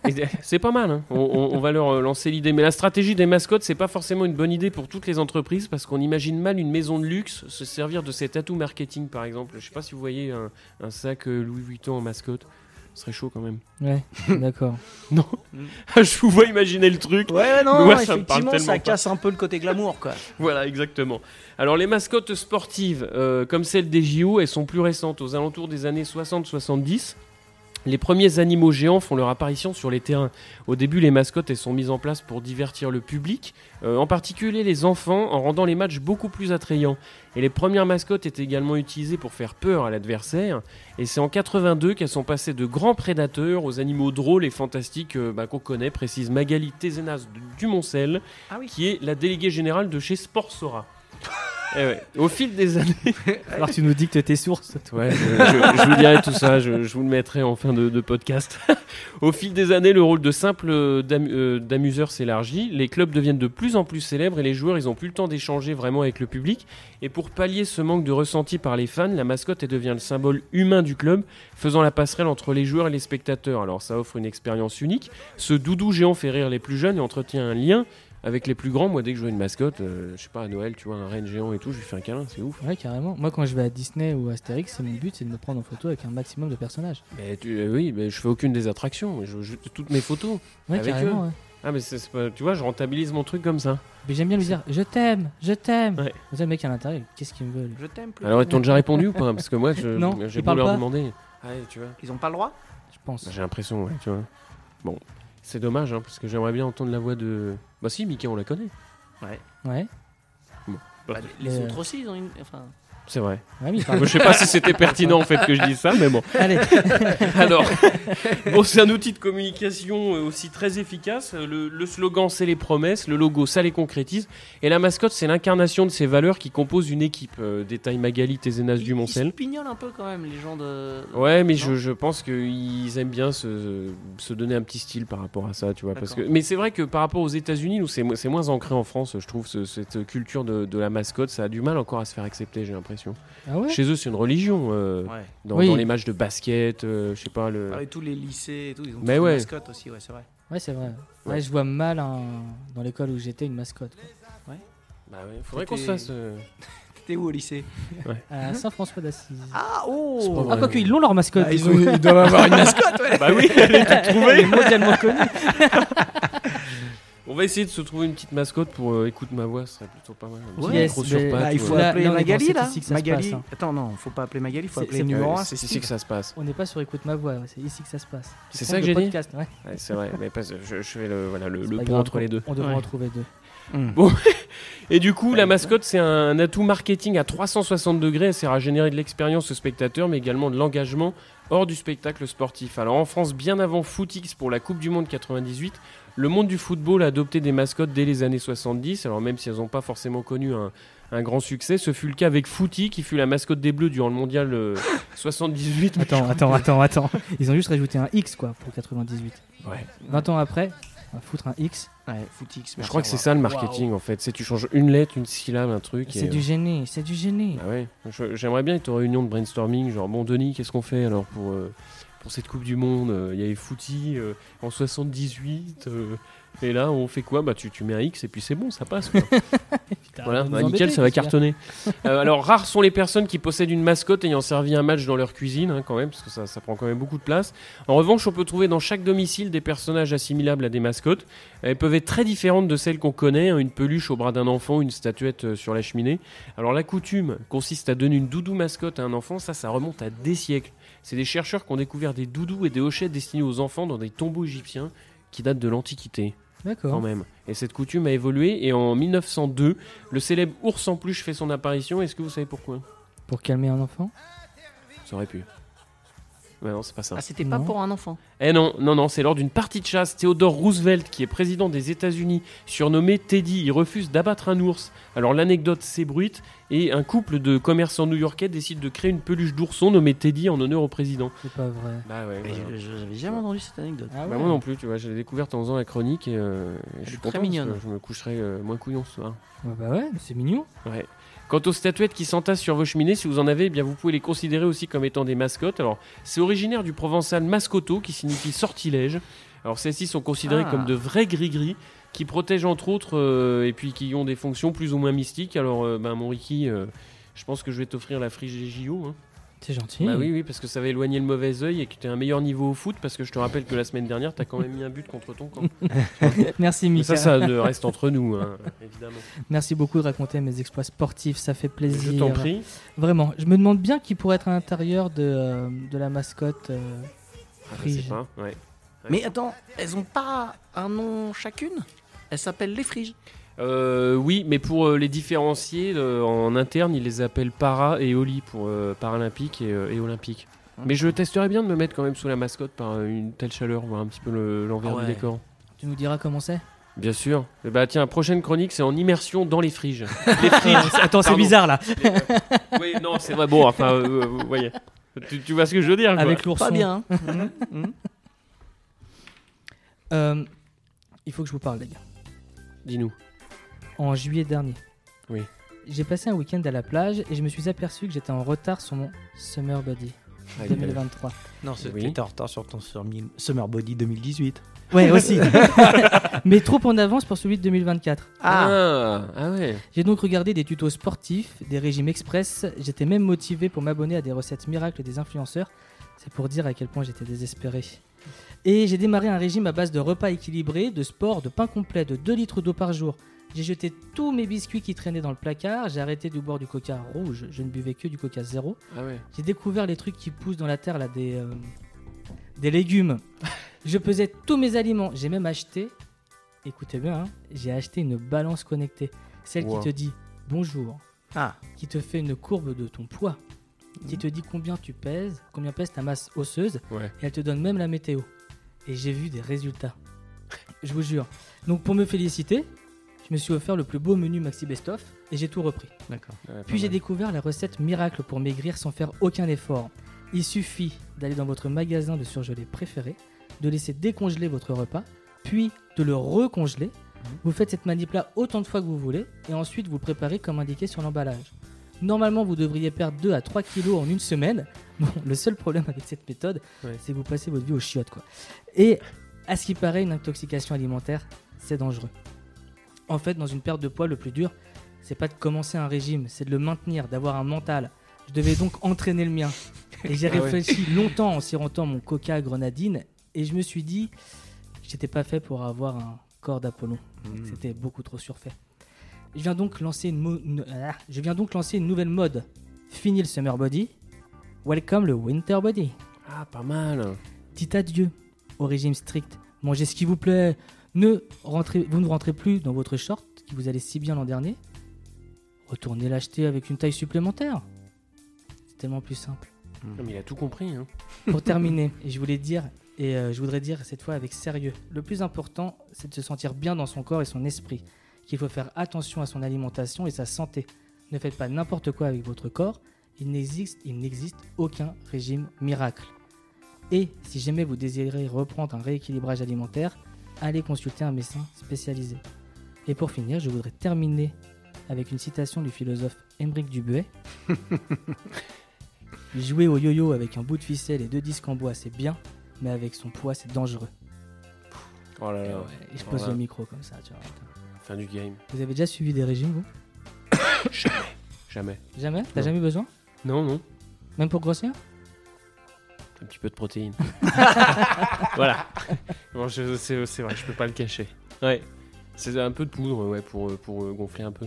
S3: Et, euh, C'est pas mal, hein. on, on- on va leur euh, lancer l'idée. Mais la stratégie des mascottes, c'est pas forcément une bonne idée pour toutes les entreprises parce qu'on imagine mal une maison de luxe se servir de cet atout marketing, par exemple. Je sais pas si vous voyez un, un sac euh, Louis Vuitton en mascotte. Ce serait chaud quand même. [LAUGHS]
S2: Ouais, [LAUGHS] d'accord.
S3: Non
S4: Mm.
S3: Je vous vois imaginer le truc.
S4: Ouais, non,
S3: Ouais,
S4: non,
S3: ça me parle
S4: effectivement,
S3: tellement
S4: ça
S3: pas.
S4: casse un peu le côté glamour, quoi.
S3: [LAUGHS] Voilà, exactement. Alors, les mascottes sportives, euh, comme celles des JO, elles sont plus récentes, aux alentours des années 60-70. Les premiers animaux géants font leur apparition sur les terrains. Au début, les mascottes elles sont mises en place pour divertir le public, euh, en particulier les enfants, en rendant les matchs beaucoup plus attrayants. Et les premières mascottes étaient également utilisées pour faire peur à l'adversaire. Et c'est en 82 qu'elles sont passées de grands prédateurs aux animaux drôles et fantastiques euh, bah, qu'on connaît, précise Magali Tézenas de Dumoncel,
S4: Ah oui.
S3: qui est la déléguée générale de chez Sportsora. Eh ouais. Au fil des années.
S2: [LAUGHS] Alors tu nous dictes tes sources.
S3: Ouais, je, je- je vous dirai tout ça, je, je vous le mettrai en fin de, de podcast. [LAUGHS] Au fil des années, le rôle de simple euh, d'am- euh, d'amuseur s'élargit, les clubs deviennent de plus en plus célèbres et les joueurs, ils ont plus le temps d'échanger vraiment avec le public. Et pour pallier ce manque de ressenti par les fans, la mascotte elle devient le symbole humain du club, faisant la passerelle entre les joueurs et les spectateurs. Alors ça offre une expérience unique. Ce doudou géant fait rire les plus jeunes et entretient un lien avec les plus grands. Moi, dès que je vois une mascotte, euh, je sais pas, à Noël, tu vois, un renne géant et tout, je lui fais un câlin, c'est ouf.
S2: Ouais, carrément. Moi quand je vais à Disney ou Astérix, c'est mon but, c'est de me prendre en photo avec un maximum de personnages.
S3: Mais tu- euh, oui, mais je fais aucune des attractions, je, je- toutes mes photos.
S2: Ouais,
S3: Avec
S2: carrément. ouais.
S3: Ah mais c'est c'est pas- tu vois, je rentabilise mon truc comme ça.
S2: Mais j'aime bien lui dire je t'aime, je t'aime.
S3: Ouais.
S2: Vous savez, le mec à l'intérieur, qu'est-ce qu'il me veut lui
S4: Je t'aime plus.
S3: Alors ils t'ont déjà répondu ou pas Parce que moi, je-
S2: [LAUGHS] Non,
S3: j'ai
S2: ils
S3: beau
S2: parlent
S3: leur
S2: pas.
S3: demander. Ah ouais, tu vois. Bah,
S4: Ils ont pas le droit
S2: Je pense.
S3: J'ai l'impression, ouais, tu vois. Bon, c'est dommage, hein, parce que j'aimerais bien entendre la voix de. Bah si, Mickey, on la connaît.
S2: Ouais.
S4: Bah, Les autres aussi, ils ont une. Enfin,
S3: C'est vrai.
S2: Ouais, mais il
S3: [LAUGHS]
S2: parle-
S3: je sais pas si
S2: [LAUGHS]
S3: c'était pertinent en fait que je dise ça, mais bon.
S2: Allez,
S3: [LAUGHS] Alors, bon, c'est un outil de communication euh, aussi très efficace. Euh, Le, le slogan, c'est les promesses. Le logo, ça les concrétise. Et la mascotte, c'est l'incarnation de ces valeurs qui composent une équipe. Euh, détail Magali Tézenas
S4: ils,
S3: du
S4: ils se
S3: Moncel.
S4: pignolent un peu quand même, les gens de.
S3: Ouais, mais
S4: Non
S3: je, je pense qu'ils aiment bien se, se donner un petit style par rapport à ça, tu vois. Parce que,
S4: D'accord.
S3: mais c'est vrai que par rapport aux États-Unis, nous, c'est mo- c'est moins ancré en France, je trouve, ce- cette culture de, de la mascotte. Ça a du mal encore à se faire accepter, j'ai l'impression.
S2: ah ouais.
S3: Chez eux, c'est une religion. euh,
S4: Ouais.
S3: dans,
S2: Oui.
S3: dans les matchs de basket, euh, je sais pas, le.
S4: Ah, et tous les lycées et tout, ils ont
S3: Mais
S4: tous
S3: ouais.
S4: des mascottes aussi, ouais, c'est vrai.
S2: Ouais, c'est vrai.
S3: Ouais.
S2: Ouais, je vois mal un- dans l'école où j'étais une mascotte. quoi.
S3: Bah ouais, faudrait
S4: C'était-
S3: qu'on se fasse. euh,
S4: T'étais où au lycée
S2: À
S3: Mhm.
S2: Saint-François d'Assise. Ah,
S4: Ah,
S3: C'est pas
S4: oh
S3: vrai.
S2: quoique, ils l'ont leur mascotte.
S1: Ah,
S2: du [LAUGHS]
S1: ils,
S2: coup.
S1: ont- ils doivent avoir
S3: [LAUGHS]
S1: une mascotte.
S3: Bah oui, elle était
S2: Elle est
S3: trouvée.
S2: mondialement connue.
S3: On va essayer de se trouver une petite mascotte pour euh, écoute ma voix, ce serait plutôt pas mal. Un petit
S2: Yes,
S3: micro
S2: mais-
S3: sur pattes, euh,
S2: Bah,
S4: Là, il
S3: ouais.
S4: faut
S2: Là-
S4: appeler
S2: là, on est dans
S4: Magali, là
S2: Statistique, ça se
S4: Magali.
S2: passe, hein.
S4: Attends, non, faut pas appeler Magali, faut
S2: C'est-
S4: appeler
S2: c'est-
S4: le numéro 1,
S3: c'est
S4: c'est
S3: ici que ça se passe.
S2: On n'est pas sur Écoute ma voix, ouais, c'est ici que ça se passe. Tu
S3: C'est
S2: prends
S3: ça
S2: le
S3: que j'ai dit
S2: podcast, ouais.
S3: Ouais, c'est vrai, mais parce que je, je fais le, voilà, le,
S2: C'est
S3: le
S2: pas
S3: pont
S2: grave,
S3: entre les deux.
S2: On devrait
S4: Ouais.
S2: en trouver
S3: [LAUGHS]
S2: deux.
S4: Steve.
S3: Et du coup, la mascotte, c'est un atout marketing à 360 degrés. Elle sert à générer de l'expérience aux spectateurs, mais également de l'engagement hors du spectacle sportif. Alors en France, bien avant Footix pour la Coupe du Monde 98, le monde du football a adopté des mascottes dès les années 70. Alors même si elles n'ont pas forcément connu un, un grand succès, ce fut le cas avec Footy qui fut la mascotte des Bleus durant le mondial euh, 78.
S2: Attends, attends, attends, attends. Ils ont juste rajouté un X quoi pour 98.
S3: Ouais.
S2: 20 ans après, on va foutre un X.
S4: Ouais, Footix,
S3: Je
S4: merci,
S3: crois que
S4: au
S3: c'est
S4: revoir.
S3: ça le marketing en fait. C'est tu changes une lettre, une syllabe, un truc. et,
S2: C'est
S3: euh,
S2: du génie, c'est du génie.
S3: Ah ouais. Je- J'aimerais bien être en réunion de brainstorming, genre bon Denis, qu'est-ce qu'on fait alors pour, euh, pour cette Coupe du Monde Euh, Il y avait Footy euh, en 78, euh, et là on fait quoi Bah tu, tu mets un X et puis c'est bon, ça passe. quoi.
S2: Putain,
S3: voilà,
S2: vous
S3: bah,
S2: nous
S3: nickel,
S2: embêtez,
S3: ça va
S2: les gars. [LAUGHS]
S3: cartonner. Euh, alors rares sont les personnes qui possèdent une mascotte ayant servi un match dans leur cuisine, hein, quand même, parce que ça, ça prend quand même beaucoup de place. En revanche, on peut trouver dans chaque domicile des personnages assimilables à des mascottes. Elles peuvent être très différentes de celles qu'on connaît, hein, une peluche au bras d'un enfant, une statuette euh, sur la cheminée. Alors la coutume consiste à donner une doudou mascotte à un enfant, ça ça remonte à des siècles. C'est des chercheurs qui ont découvert des doudous et des hochets destinés aux enfants dans des tombeaux égyptiens qui datent de l'Antiquité quand
S2: D'accord.
S3: même. Et cette coutume a évolué et en 1902, le célèbre ours en peluche fait son apparition. Est-ce que vous savez pourquoi
S2: Pour calmer un enfant
S3: Ça aurait pu. Ouais, non, c'est pas ça.
S5: Ah, c'était pas
S2: Non.
S5: pour un enfant.
S3: Eh non, non, non, c'est lors d'une partie de chasse. Theodore Roosevelt, qui est président des États-Unis, surnommé Teddy, il refuse d'abattre un ours. Alors l'anecdote s'ébruite et un couple de commerçants new-yorkais décide de créer une peluche d'ourson nommée Teddy en honneur au président.
S2: C'est pas vrai.
S3: Bah ouais.
S4: Mais
S3: voilà.
S4: je- je- J'avais jamais entendu cette anecdote.
S2: Ah
S3: Bah, moi non plus, tu vois, je l'ai découverte en faisant la chronique et euh, je suis
S4: est très
S3: content parce que
S4: mignonne.
S3: je me coucherai euh, moins couillon ce soir.
S2: Bah, bah ouais, mais c'est mignon.
S3: Ouais. Quant aux statuettes qui s'entassent sur vos cheminées, si vous en avez, eh bien vous pouvez les considérer aussi comme étant des mascottes. Alors, c'est originaire du provençal mascoto qui signifie sortilège. Alors, celles-ci sont considérées
S4: Ah.
S3: comme de vrais gris-gris qui protègent entre autres euh, et puis qui ont des fonctions plus ou moins mystiques. Alors, euh, ben, mon Ricky, euh, je pense que je vais t'offrir la frigégio. Hein.
S2: C'est gentil.
S3: Bah oui, oui, parce que ça va éloigner le mauvais œil et que tu as un meilleur niveau au foot. Parce que je te rappelle que la semaine dernière, tu as quand même mis un but contre ton camp.
S2: Bah, Merci
S3: Mais ça,
S2: Mika.
S3: ça ne reste entre nous, hein, évidemment.
S2: Merci beaucoup de raconter mes exploits sportifs, ça fait plaisir.
S3: Je t'en prie.
S2: Vraiment, je me demande bien qui pourrait être à l'intérieur de, euh, de la mascotte. euh,
S3: Ah, je sais
S2: Frige.
S3: pas, ouais.
S4: Mais attends, elles ont pas un nom chacune Elles s'appellent les friges.
S3: Euh, oui, mais pour euh, les différencier, euh, en interne, ils les appellent para et oli pour euh, paralympique et, euh, et olympique. Mais je testerais bien de me mettre quand même sous la mascotte par euh, une telle chaleur, voir un petit peu le- l'envers
S4: Ah ouais.
S3: du décor.
S2: Tu nous diras comment c'est
S3: Bien sûr. Et bah tiens, prochaine chronique, c'est en immersion dans les friges. Les friges.
S2: Attends, c'est
S3: Pardon.
S2: bizarre là,
S3: Les- euh, oui, non, c'est vrai. Bon, enfin, euh, euh, vous voyez. Tu, tu vois ce que je veux dire quoi.
S2: avec l'ourson.
S4: Pas bien. hein.
S2: Euh, il faut que je vous parle, les gars.
S3: Dis-nous.
S2: En juillet dernier,
S3: Oui.
S2: j'ai passé un week-end à la plage et je me suis aperçu que j'étais en retard sur mon Summer Body 2023.
S6: Non,
S3: c'est-
S6: c'est
S3: Oui. t'étais
S6: en retard sur ton Summer Body 2018.
S2: [LAUGHS] Ouais, aussi. Mais trop en avance pour celui de 2024.
S4: Ah,
S3: Ah, ah ouais.
S2: J'ai donc regardé des tutos sportifs, des régimes express, j'étais même motivé pour m'abonner à des recettes miracles des influenceurs. C'est pour dire à quel point j'étais désespéré. Et j'ai démarré un régime à base de repas équilibrés, de sport, de pain complet, de 2 litres d'eau par jour. J'ai jeté tous mes biscuits qui traînaient dans le placard, j'ai arrêté de boire du coca rouge, je ne buvais que du coca zéro.
S3: Ah ouais.
S2: J'ai découvert les trucs qui poussent dans la terre, là, des, euh, des légumes. Je pesais tous mes aliments. J'ai même acheté, écoutez bien, hein, j'ai acheté une balance connectée. Celle
S3: Wow.
S2: qui te dit bonjour,
S4: Ah.
S2: qui te fait une courbe de ton poids, qui te dit combien tu pèses, combien pèse ta masse osseuse,
S3: Mm. Ouais.
S2: et elle te donne même la météo. Et j'ai vu des résultats. Je vous jure. Donc pour me féliciter, je me suis offert le plus beau menu Maxi Best Of et j'ai tout repris.
S4: d'accord.
S3: Ah Ouais, pas
S2: Puis j'ai
S3: mal.
S2: découvert la recette miracle pour maigrir sans faire aucun effort. Il suffit d'aller dans votre magasin de surgelés préféré, de laisser décongeler votre repas, puis de le recongeler.
S3: Mhm.
S2: Vous faites cette manip-là autant de fois que vous voulez, et ensuite vous le préparez comme indiqué sur l'emballage. Normalement, vous devriez perdre 2 à 3 kilos en une semaine. [LAUGHS] Bon, le seul problème avec cette méthode,
S3: Ouais.
S2: c'est que vous passez votre vie aux chiottes, quoi. Et à ce qui paraît, une intoxication alimentaire, c'est dangereux. En fait, dans une perte de poids, le plus dur, c'est pas de commencer un régime, c'est de le maintenir, d'avoir un mental. Je devais donc entraîner le mien. Et j'ai
S3: Ah ouais.
S2: réfléchi longtemps en sirotant mon coca à grenadine et je me suis dit, j'étais pas fait pour avoir un corps d'Apollon.
S3: Hmm.
S4: Hmm.
S2: C'était beaucoup trop surfait. Je viens donc lancer une, mo- une- ah, je viens donc lancer une nouvelle mode. Fini le summer body, welcome le winter body.
S3: Ah, pas mal.
S2: Dites adieu au régime strict. Mangez ce qui vous plaît. Ne rentrez, vous ne rentrez plus dans votre short qui vous allait si bien l'an dernier. Retournez l'acheter avec une taille supplémentaire. C'est tellement plus simple.
S3: Non, mais il a tout compris. Hein.
S2: Pour terminer, et je voulais dire, et euh, je voudrais dire cette fois avec sérieux, le plus important, c'est de se sentir bien dans son corps et son esprit, qu'il faut faire attention à son alimentation et sa santé. Ne faites pas n'importe quoi avec votre corps, il n'existe, il n'existe aucun régime miracle. Et si jamais vous désirez reprendre un rééquilibrage alimentaire, allez consulter un médecin spécialisé. Et pour finir, je voudrais terminer avec une citation du philosophe Émeric Dubuet. Jouer au yo-yo avec un bout de ficelle et deux disques en bois, c'est bien, mais avec son poids, c'est dangereux.
S3: Oh là
S2: Et
S3: là,
S2: je pose
S3: Voilà.
S2: le micro comme ça, tu vois.
S3: fin du game.
S2: Vous avez déjà suivi des régimes, vous
S3: Jamais.
S2: Jamais T'as
S3: Non.
S2: jamais besoin
S3: Non, non.
S2: Même pour grossir
S3: Un petit peu de protéines. voilà. Bon, je- c'est c'est vrai, je peux pas le cacher. Ouais. C'est un peu de poudre, ouais, pour, euh, pour euh, gonfler un [LAUGHS] peu.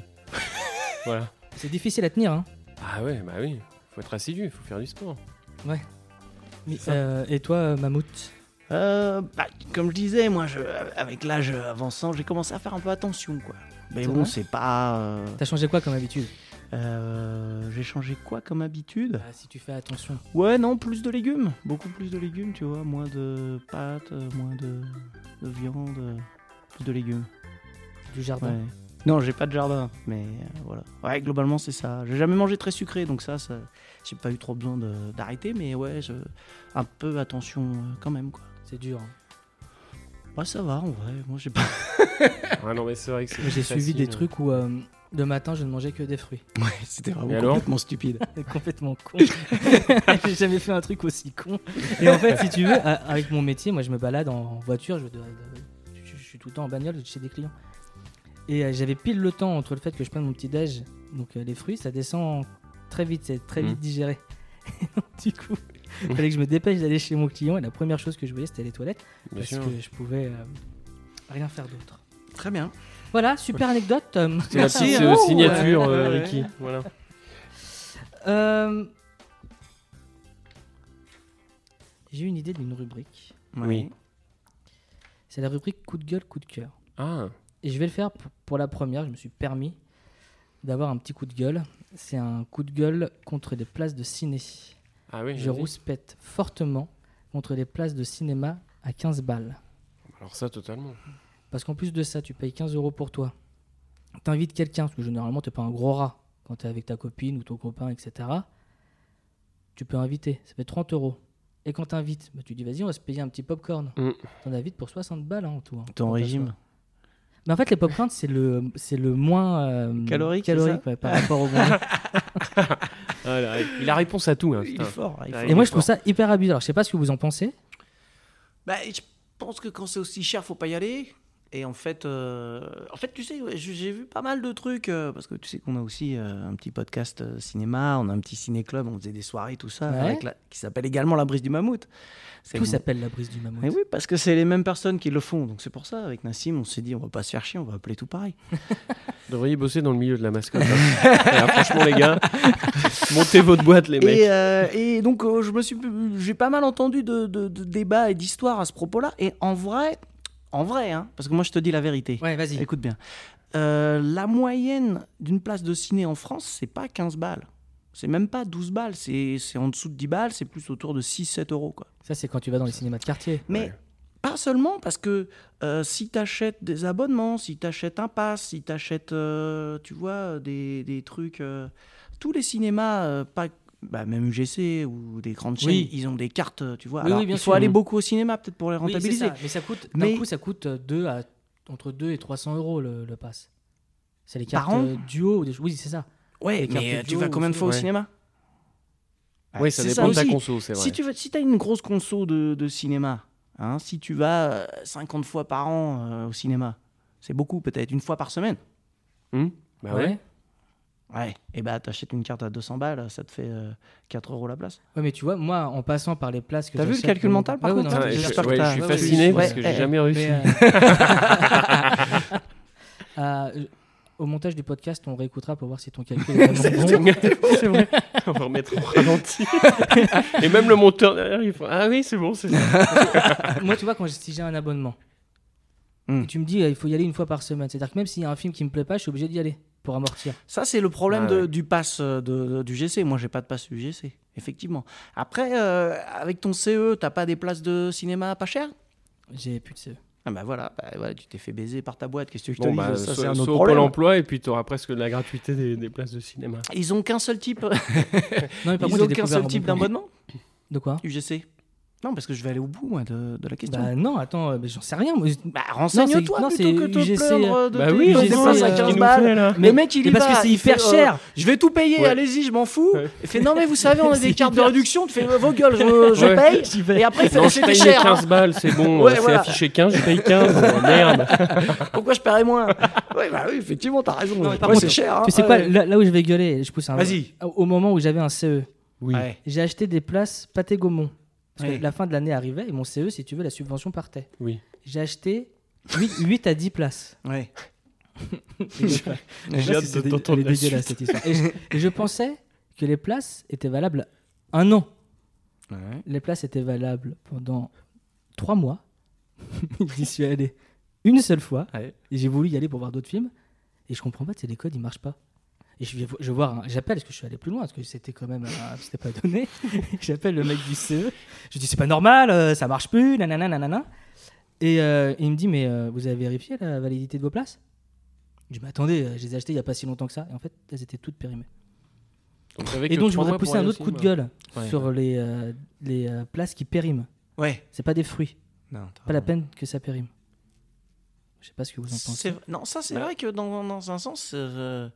S3: voilà.
S2: C'est difficile à tenir, hein.
S3: Ah ouais, bah oui. Faut être assidu, faut faire du sport.
S2: Mais,
S4: ça.
S2: euh, et toi, euh, Mammouth
S4: Euh, bah, comme je disais, moi, je, avec l'âge avançant, j'ai commencé à faire un peu attention, quoi. Mais
S2: C'est
S4: bon,
S2: vrai
S4: c'est pas. euh,
S2: T'as changé quoi comme habitude
S4: euh, j'ai changé quoi comme habitude
S2: Ah, Si tu fais attention.
S4: Ouais, non, plus de légumes. Beaucoup plus de légumes, tu vois. Moins de pâtes, euh, moins de, de viande, euh, plus de légumes.
S2: Du jardin.
S4: Ouais. Non, j'ai pas de jardin, mais euh, voilà. Ouais, globalement, c'est ça. J'ai jamais mangé très sucré, donc ça, ça j'ai pas eu trop besoin de- d'arrêter, mais ouais, je- un peu attention euh, quand même, quoi.
S2: C'est dur. hein.
S4: Ouais, ça va, en vrai. Moi, j'ai pas. [LAUGHS]
S3: Ah non, mais c'est vrai que c'est.
S2: Mais J'ai
S3: facile. hein.
S2: suivi des trucs où euh, le matin, je ne mangeais que des fruits.
S6: Ouais, c'était
S3: Et
S6: vraiment
S3: alors
S6: complètement stupide.
S2: [LAUGHS] complètement con. J'ai jamais fait un truc aussi con. Et en fait, si tu veux, à- avec mon métier, moi je me balade en voiture, je, dois- je- je suis tout le temps en bagnole chez des clients. Et euh, j'avais pile le temps entre le fait que je prenne mon petit déj, donc euh, les fruits, ça descend très vite, c'est très vite
S3: Mhm.
S2: digéré. [LAUGHS] Et donc, du coup,
S3: Mmh.
S2: il fallait que je me dépêche d'aller chez mon client et la première chose que je voulais, c'était les toilettes
S3: Bien
S2: parce
S3: sûr.
S2: que je pouvais euh, rien faire d'autre.
S4: Très bien.
S2: Voilà, super anecdote. Tom. hein.
S3: C'est la
S4: Merci,
S2: [LAUGHS]
S3: petite
S4: Raoul.
S3: euh, signature, euh,
S4: Ouais.
S3: Ricky. Voilà.
S2: Euh, J'ai une idée d'une rubrique.
S3: Oui.
S2: C'est la rubrique coup de gueule, coup de cœur.
S3: Ah,
S2: Et je vais le faire pour, pour la première. Je me suis permis d'avoir un petit coup de gueule. C'est un coup de gueule contre des places de ciné.
S3: ah oui.
S2: Je
S3: vas-y.
S2: rouspète fortement contre des places de cinéma à 15 balles.
S3: Alors ça, totalement.
S2: Parce qu'en plus de ça, tu payes 15 euros pour toi. T'invites quelqu'un, parce que généralement, t'es pas un gros rat quand t'es avec ta copine ou ton copain, etc. Tu peux inviter, ça fait 30 euros. Et quand t'invites, bah, tu dis vas-y, on va se payer un petit popcorn.
S3: Mm.
S2: T'en invites pour 60 balles hein, en tout. hein,
S4: Ton
S2: pour ta
S4: régime
S2: soirée. Mais en fait, les popcorns, c'est le, c'est le moins euh,
S4: Calorique, c'est
S2: calorique ouais, par rapport au
S4: [LAUGHS]
S2: gourmet.
S3: Ah, il a réponse à tout. Hein,
S4: Il est fort. Ah, il est
S3: Ouais,
S4: fort.
S2: Et moi, je trouve ça hyper abusé. Alors, je sais pas ce que vous en pensez.
S4: Bah, je pense que quand c'est aussi cher, faut pas y aller. Et en fait, euh, en fait, tu sais, ouais, j'ai j'ai vu pas mal de trucs euh, parce que tu sais qu'on a aussi euh, un petit podcast euh, cinéma, on a un petit ciné club, on faisait des soirées tout ça
S2: Ouais.
S4: avec la- qui s'appelle également la brise du mammouth. C'est
S2: Tout
S4: mon-
S2: s'appelle la brise du mammouth.
S4: Mais Ah oui, parce que c'est les mêmes personnes qui le font, donc c'est pour ça. Avec Nassim, on s'est dit, on va pas se faire chier, on va appeler tout pareil.
S3: Vous devriez bosser dans le milieu de la mascotte. hein. [LAUGHS] Alors, franchement, les gars, montez votre boîte, les mecs.
S4: Et, euh, et donc, euh, je me suis, j'ai pas mal entendu de, de- de débats et d'histoires à ce propos-là. Et en vrai, en vrai, hein, parce que moi, je te dis la vérité.
S2: Ouais, vas-y.
S4: Écoute bien. Euh, la moyenne d'une place de ciné en France, c'est pas 15 balles. C'est même pas 12 balles. C'est c'est en dessous de 10 balles. C'est plus autour de 6-7 euros. Quoi.
S2: Ça, c'est quand tu vas dans les cinémas de quartier.
S4: Mais
S3: Ouais.
S4: pas seulement parce que euh, si t'achètes des abonnements, si t'achètes un pass, si t'achètes, euh, tu vois, des, des trucs. euh, tous les cinémas, euh, pas. bah, même UGC ou des grandes chaînes,
S2: Oui.
S4: ils ont des cartes, euh, tu vois.
S2: Oui,
S4: Alors,
S2: oui, bien
S4: il faut
S2: sûr.
S4: aller
S2: Mhm.
S4: beaucoup au cinéma peut-être pour les
S2: Oui, c'est
S4: rentabiliser.
S2: ça. Mais ça coûte, d'un
S4: Mais-
S2: coup, ça coûte euh, deux à, entre 2 et 300 euros le, le pass. C'est les
S4: Par
S2: cartes
S4: an
S2: euh, duo ou des Oui, c'est ça.
S4: ouais,
S2: Les cartes
S4: mais euh, tu
S2: audio
S4: vas
S2: ou
S4: combien de
S2: c'est-
S4: fois au
S3: ouais.
S4: cinéma
S3: Oui, ça
S4: euh, C'est
S3: dépend de ta
S4: aussi.
S3: conso, c'est vrai.
S4: Si tu veux, si as une grosse conso de, de cinéma, hein, si tu vas euh, 50 fois par an euh, au cinéma, c'est beaucoup peut-être, une fois par semaine.
S3: Hum bah ouais.
S4: Ouais. Et bah t'achètes une carte à 200 balles, ça te fait euh, 4 euros la place.
S2: Ouais, mais tu vois, moi, en passant par les places que
S4: T'as vu le
S2: j'achète,
S4: calcul
S2: euh,
S4: mental, par
S2: ouais, ouais,
S4: contre,
S2: non,
S4: hein
S2: mais
S3: Ouais, Ah, je,
S2: j'espère
S4: que
S3: ouais,
S4: t'as-
S3: je suis
S4: ouais,
S3: fasciné
S4: ouais,
S3: parce que
S4: ouais,
S3: j'ai
S4: ouais.
S3: jamais réussi.
S2: Mais, euh, [LAUGHS] à- au montage du podcast, on réécoutera pour voir si ton
S3: [LAUGHS]
S2: calcul est vraiment
S4: [LAUGHS]
S2: bon.
S3: C'est vrai. [LAUGHS] On va remettre [LAUGHS] au ralenti. Et même le monteur derrière, il faut... Ah oui, c'est bon, c'est ça.
S2: [LAUGHS] Moi, tu vois, quand, je- si j'ai un abonnement,
S4: Hmm.
S2: et tu me dis, euh, il faut y aller une fois par semaine. C'est-à-dire que même s'il y a un film qui me plaît pas, je suis obligé d'y aller pour amortir. Ah
S4: Ça c'est le problème
S3: Ouais,
S4: de-
S3: ouais.
S4: du pass euh, de- de- du GC. Moi j'ai pas de pass UGC. Et effectivement. Après, euh, avec ton CE, t'as pas des places de cinéma pas chères
S2: J'ai plus de CE.
S4: Ah bah voilà, bah voilà, tu t'es fait baiser par ta boîte, qu'est-ce que je te
S3: Bon,
S4: dis
S3: bah,
S4: Ça, c'est
S3: soit-
S4: un
S3: soit
S4: autre
S3: au Pôle
S4: problème.
S3: emploi et puis tu auras presque la gratuité des, des places de cinéma.
S4: Ils ont qu'un seul type,
S2: Non, mais par
S4: ils
S2: contre,
S4: ont
S2: j'ai
S4: qu'un
S2: découvert un
S4: seul
S2: bon
S4: type
S2: plan.
S4: d'abonnement
S2: De quoi
S4: UGC Non, parce que je vais aller au bout moi, de, de la question.
S2: Bah non, attends, euh, mais j'en sais rien. moi.
S4: Bah, renseigne-toi
S2: Non, c'est- euh,
S4: plutôt
S2: non,
S4: que de
S2: c'est
S4: te plaindre de
S3: bah
S4: tes-
S3: oui,
S4: de
S2: UGC,
S4: tes places à
S2: euh,
S4: 15
S2: qui nous [LAUGHS]
S4: balles.
S3: là
S4: Le mec, il euh,
S2: mais
S4: est
S2: parce que c'est hyper cher.
S4: Je vais tout payer,
S3: Ouais.
S4: allez-y, je m'en fous.
S3: Ouais.
S4: Il fait non mais vous savez, on a [LAUGHS] des
S2: C'est
S4: cartes de
S2: hyper-
S4: réduction, tu fais euh, vos gueules, je, je
S3: Ouais.
S4: paye.
S2: J'y
S4: Et
S2: vais.
S4: après, il fait, euh,
S3: Non,
S4: mais
S3: je
S4: c'était
S3: paye les
S4: cher. hein.
S3: 15 balles, c'est
S2: [LAUGHS]
S3: bon,
S4: Ouais,
S3: euh, c'est
S4: voilà.
S3: affiché 15, je paye 15, euh, merde.
S4: Pourquoi je paierais moins Oui, bah oui, effectivement, t'as raison.
S2: Non, mais par
S4: Ouais,
S2: contre,
S4: c'est cher. hein.
S2: Tu sais
S4: Ouais,
S2: pas,
S4: ouais.
S2: là, là où je vais gueuler, je pousse un.
S6: Vas-y.
S2: Au moment où j'avais un CE,
S3: Oui.
S6: Ouais.
S2: j'ai acheté des places Pathé Gaumont. Parce que
S6: Ouais.
S2: la fin de l'année arrivait et mon CE, si tu veux, la subvention partait.
S3: Oui.
S2: J'ai acheté [LAUGHS] 8, à 10 places.
S4: Ouais.
S2: Je sais pas si c'est dé- elle est dégueulasse, cette histoire. Et je, et je pensais que les places étaient valables un an. Les places étaient valables pendant trois mois. [LAUGHS] J'y suis allé une seule fois.
S6: Ouais.
S2: Et J'ai voulu y aller pour voir d'autres films. Et je comprends pas, tu sais, les codes, ils marchent pas. Et je vais vo- je vais voir, un- j'appelle, parce que je suis allé plus loin, parce que c'était quand même, un- c'était pas donné. [LAUGHS] j'appelle le mec du CE. Je dis, c'est pas normal, euh, ça marche plus, nanana, nanana. Et euh, il me dit, mais euh, vous avez vérifié la validité de vos places Je dis, mais attendez, euh, je les ai achetées il y a pas si longtemps que ça. Et en fait, elles étaient toutes périmées. Et donc, je voudrais pousser un autre coup de gueule
S6: Ouais.
S2: sur les, euh, les euh, places qui périment.
S4: Ouais.
S2: C'est pas des fruits.
S6: Non,
S2: Pas
S4: Ah.
S2: la peine que ça périme. Je sais pas ce que vous en
S4: C'est-
S2: pensez.
S4: Non, ça, c'est
S3: Bah.
S4: vrai que dans, dans un sens, euh,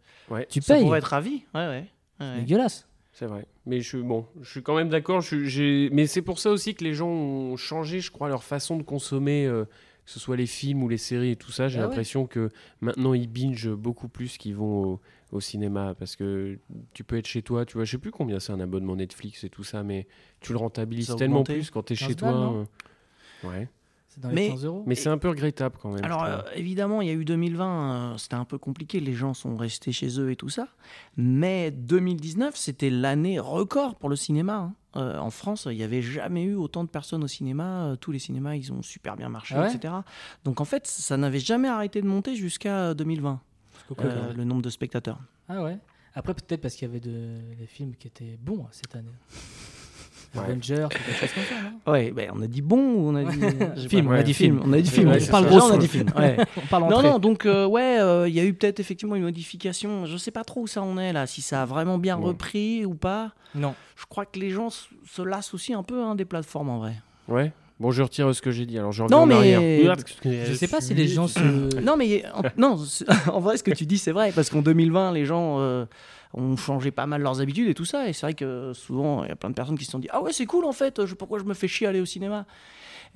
S2: Tu
S4: ça
S2: payes.
S4: pourrait être ravi. Ouais, ouais. ouais.
S2: Dégueulasse.
S3: C'est vrai. Mais je suis bon, je suis quand même d'accord. je suis- j'ai- Mais c'est pour ça aussi que les gens ont changé, je crois, leur façon de consommer, euh, que ce soit les films ou les séries et tout ça. J'ai
S2: Ah ouais.
S3: l'impression que maintenant ils binge beaucoup plus qu'ils vont au, au cinéma parce que tu peux être chez toi. Tu vois, je sais plus combien c'est un abonnement Netflix et tout ça, mais tu le
S4: Ça
S3: rentabilises
S4: a
S3: tellement
S4: augmenté.
S3: plus quand t'es chez
S2: 15 balles,
S3: toi.
S2: non
S3: euh, Ouais.
S2: C'est dans les
S4: Mais-
S2: 15 euros.
S3: Mais c'est un peu regrettable quand même.
S4: Alors
S3: je
S4: euh,
S3: trouve.
S4: évidemment, il y a eu 2020, euh, c'était un peu compliqué, les gens sont restés chez eux et tout ça. Mais 2019, c'était l'année record pour le cinéma. hein. Euh, en France, il n'y avait jamais eu autant de personnes au cinéma. euh, Tous les cinémas, ils ont super bien marché,
S2: Ah ouais
S4: etc. Donc en fait, ça n'avait jamais arrêté de monter jusqu'à euh, 2020, euh, le nombre de spectateurs.
S2: Ah ouais. Après, peut-être parce qu'il y avait de- des films qui étaient bons hein, cette année.
S3: Ouais.
S2: Avengers, quelque chose comme ça, non
S4: Ouais, ben, on a dit bon ou on a [LAUGHS] dit je sais
S2: Film,
S4: pas,
S3: on a
S4: ouais,
S3: dit
S2: film.
S4: on a dit film.
S3: Ouais,
S4: on
S3: c'est
S4: parle
S3: ça.
S4: gros,
S2: Grosse
S4: on a dit
S2: film.
S4: film. Ouais.
S2: On parle en
S4: Non,
S2: trait.
S4: non, donc, euh, ouais, euh, il y a eu peut-être effectivement une modification. Je sais pas trop où ça en est là, si ça a vraiment bien
S3: Ouais.
S4: repris ou pas.
S2: Non.
S4: Je crois que les gens s- se lassent aussi un peu hein, des plateformes en vrai.
S2: euh,
S3: Ouais. Bon, je retire ce que j'ai dit. Alors je reviens en
S4: mais-
S3: arrière.
S2: Je sais pas si les gens se.
S4: Non, mais en, non, c'est- [LAUGHS] en vrai, ce que tu dis, c'est vrai, parce qu'en 2020, les gens euh, ont changé pas mal leurs habitudes et tout ça. Et c'est vrai que souvent, il y a plein de personnes qui se sont dit Ah ouais, c'est cool en fait, je, pourquoi je me fais chier à aller au cinéma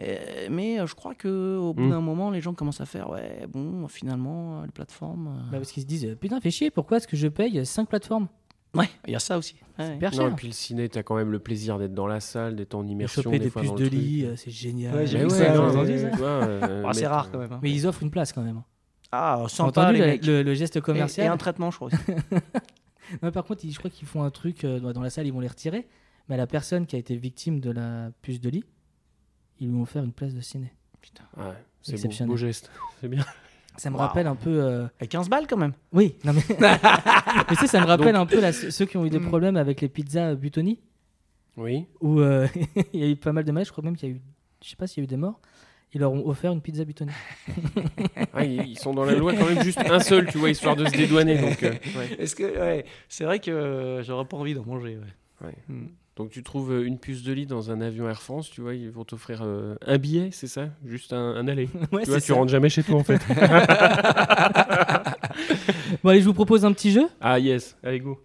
S4: Euh, Mais euh, je crois qu'au bout
S3: Mm.
S4: d'un moment, les gens commencent à faire Ouais, bon, finalement, euh, les plateformes. euh,
S2: Bah, parce qu'ils se disent euh, Putain, fais chier, pourquoi est-ce que je paye 5 plateformes
S4: Ouais, il y a ça aussi. Ouais.
S2: Hyper
S3: Non, et
S2: cher.
S3: puis le ciné, t'as quand même le plaisir d'être dans la salle, d'être en
S2: Ils
S3: immersion.
S2: choper
S3: des
S2: des
S3: fois,
S2: puces
S3: dans
S2: de
S3: le truc.
S2: lit, euh, c'est génial.
S1: Ouais, j'ai
S3: Mais
S1: vu
S3: ouais,
S1: ça,
S3: non,
S1: j'ai
S3: mais
S1: entendu ça.
S3: tu vois, euh,
S4: [LAUGHS] Ah, c'est
S3: mec,
S4: rare
S3: euh,
S4: quand même. hein.
S2: Mais ils offrent une place quand même.
S4: Ah,
S2: T'as
S4: sympa
S2: entendu
S4: les
S2: le,
S4: mecs.
S2: le- le geste
S4: Et-
S2: commercial
S4: Et un traitement, je crois. aussi.
S2: Ouais, par contre, ils- je crois qu'ils font un truc euh, dans dans la salle, ils vont les retirer. Mais à la personne qui a été victime de la puce de lit, ils lui ont offert une place de ciné.
S3: ouais, c'est beau,
S2: Exceptionnel.
S3: beau geste. C'est bien.
S2: Ça me
S4: Waouh.
S2: rappelle un peu. euh,
S4: Et 15 balles [LAUGHS] quand même.
S2: Oui, non mais. Mais tu sais, ça me rappelle un peu la- ceux qui ont
S4: Hmm.
S2: eu des problèmes avec les pizzas euh, Buitoni,
S3: Oui.
S2: où euh, [LAUGHS] il y a eu pas mal de mal. Je crois même qu'il y a eu. Je sais pas s'il y a eu des morts. Ils leur ont offert une pizza
S4: [LAUGHS]
S2: Buitoni.
S3: Ah, ils ils sont dans la loi quand même juste un seul, tu vois, histoire de se dédouaner. Donc, euh,
S4: Est-ce que [LAUGHS] ouais, c'est vrai que euh, j'aurais pas envie d'en manger. ouais. Hmm.
S3: donc tu trouves euh, une puce de lit dans un avion Air France, tu vois, ils vont t'offrir euh, un billet, c'est ça Juste un, un aller.
S2: Ouais,
S3: tu vois,
S2: c'est
S3: tu
S2: ça.
S3: rentres jamais chez toi en fait.
S2: Bon, allez, je vous propose un petit jeu.
S3: ah yes, allez go.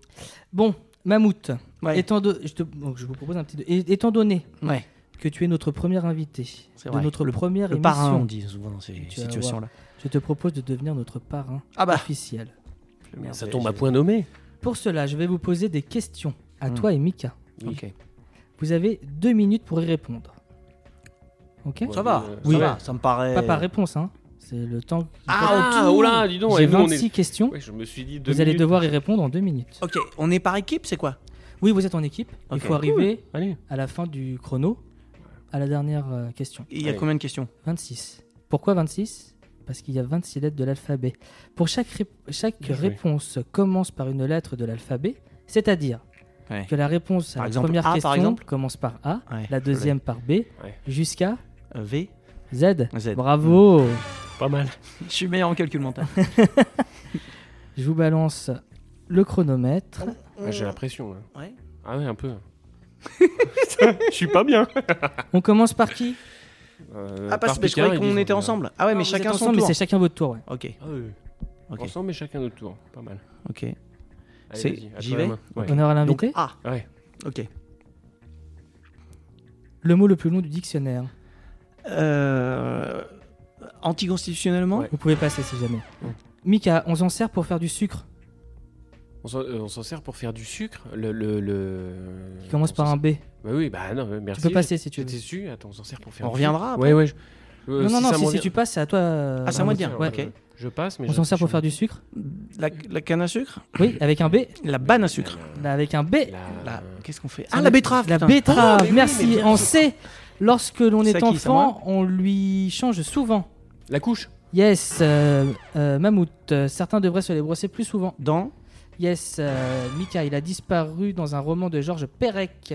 S2: Bon, Mammouth.
S4: Ouais.
S2: Étant do- je, te- donc, je vous propose un petit. de- Et- Étant donné
S4: Ouais.
S2: que tu es notre premier invité
S4: C'est
S2: de
S4: vrai.
S2: notre
S4: Le-
S2: première
S4: Le
S2: émission,
S4: parrain, on dit souvent dans ces
S2: Tu vas
S4: situations-là.
S2: je te propose de devenir notre parrain
S4: Ah bah.
S2: officiel.
S3: Ça tombe à point nommé.
S2: Pour cela, je vais vous poser des questions à
S4: Hmm.
S2: toi et Mika.
S4: Ok.
S2: Vous avez deux minutes pour y répondre. Ok
S4: Ça va.
S3: Euh,
S4: Oui.
S3: ouais.
S4: Ça, va, ça me paraît.
S2: Pas par réponse, hein. C'est le temps.
S3: Ah, oh là, dis donc.
S2: J'ai
S3: et nous, on est-
S2: 26 questions.
S3: Ouais, je me suis dit deux
S2: vous allez
S3: minutes.
S2: devoir y répondre en deux minutes.
S4: Ok, on est par équipe, c'est quoi
S2: Oui, vous êtes en équipe. Il
S4: Ok.
S2: faut arriver
S3: Allez.
S2: à la fin du chrono à la dernière euh, question.
S4: Il y a
S3: Ouais.
S4: combien de questions
S2: 26. Pourquoi 26 Parce qu'il y a 26 lettres de l'alphabet. Pour chaque, rép- chaque
S3: Bien joué.
S2: réponse commence par une lettre de l'alphabet, c'est-à-dire
S4: Ouais.
S2: que la réponse à
S4: Par
S2: la
S4: exemple,
S2: première
S4: A, par
S2: question
S4: exemple
S2: commence par A,
S4: Ouais,
S2: la deuxième par B, jusqu'à
S4: Euh, v
S2: Z.
S4: Z.
S2: Bravo
S3: Pas mal.
S4: Je suis meilleur en calcul mental.
S3: Euh,
S2: Je vous balance le chronomètre.
S3: Ah, J'ai la pression là.
S4: Mmh. Ouais.
S3: Ah ouais, un
S4: [LAUGHS]
S3: peu. Je suis pas bien.
S2: On commence par qui
S3: Euh,
S4: ah, parce
S3: par
S4: que je
S3: Picard,
S4: croyais
S3: ils disent,
S4: qu'on était
S3: euh,
S4: ensemble. Ah ouais,
S2: Vous
S4: mais
S2: êtes
S4: chacun son
S2: ensemble, mais
S4: tour.
S2: c'est chacun votre tour. ouais.
S4: Ok,
S3: Ah oui,
S4: ok,
S3: Ensemble mais chacun notre tour. Pas mal.
S4: ok.
S3: Allez,
S4: C'est-
S3: vas-y, à
S4: j'y
S3: toi
S4: vais
S3: la main. Ouais.
S2: Honneur à
S4: Donc
S2: l'invité.
S4: A.
S3: Ouais.
S4: Ok.
S2: Le mot le plus long du dictionnaire.
S4: Euh, anticonstitutionnellement
S3: Ouais.
S2: Vous pouvez passer si jamais. Mika, on s'en sert pour faire du sucre.
S3: On s'en- euh, on s'en sert pour faire du sucre. Le, le, le...
S2: Qui commence
S3: on
S2: par
S3: s'en
S2: un B.
S3: sert- Bah oui, bah non, euh, merci.
S2: Tu peux passer si tu veux.
S3: J'étais su. Attends, on s'en sert pour faire.
S4: On
S3: du
S4: reviendra
S3: sucre.
S4: après.
S3: Ouais, ouais. je- euh,
S2: non, non, non,
S3: ça me
S2: si, si
S3: revient-
S2: tu passes, c'est à toi. euh,
S4: Ah, c'est à moi de
S2: Arnaud.
S4: dire,
S2: Ouais.
S4: ok.
S3: Je passe, mais
S2: On
S3: je
S2: s'en sert pour
S3: réfléchis.
S2: faire du sucre
S4: La, la canne à sucre
S2: Oui, avec un B.
S4: La banane à sucre
S2: Là, avec un B.
S3: La-
S4: La- Qu'est-ce qu'on fait
S2: Ça
S4: Ah,
S2: me-
S4: la betterave
S2: La
S4: putain. Ah,
S2: betterave,
S3: Oh, mais oui,
S2: merci.
S3: mais bien
S2: on
S3: sûr.
S2: sait, lorsque l'on est,
S4: C'est à qui, c'est à
S2: enfant, on lui change souvent.
S3: La couche.
S2: Yes, euh, euh, Mammouth, euh, certains devraient se les brosser plus souvent.
S4: Dans
S2: Yes, euh, Mika, il a disparu dans un roman de Georges Perec,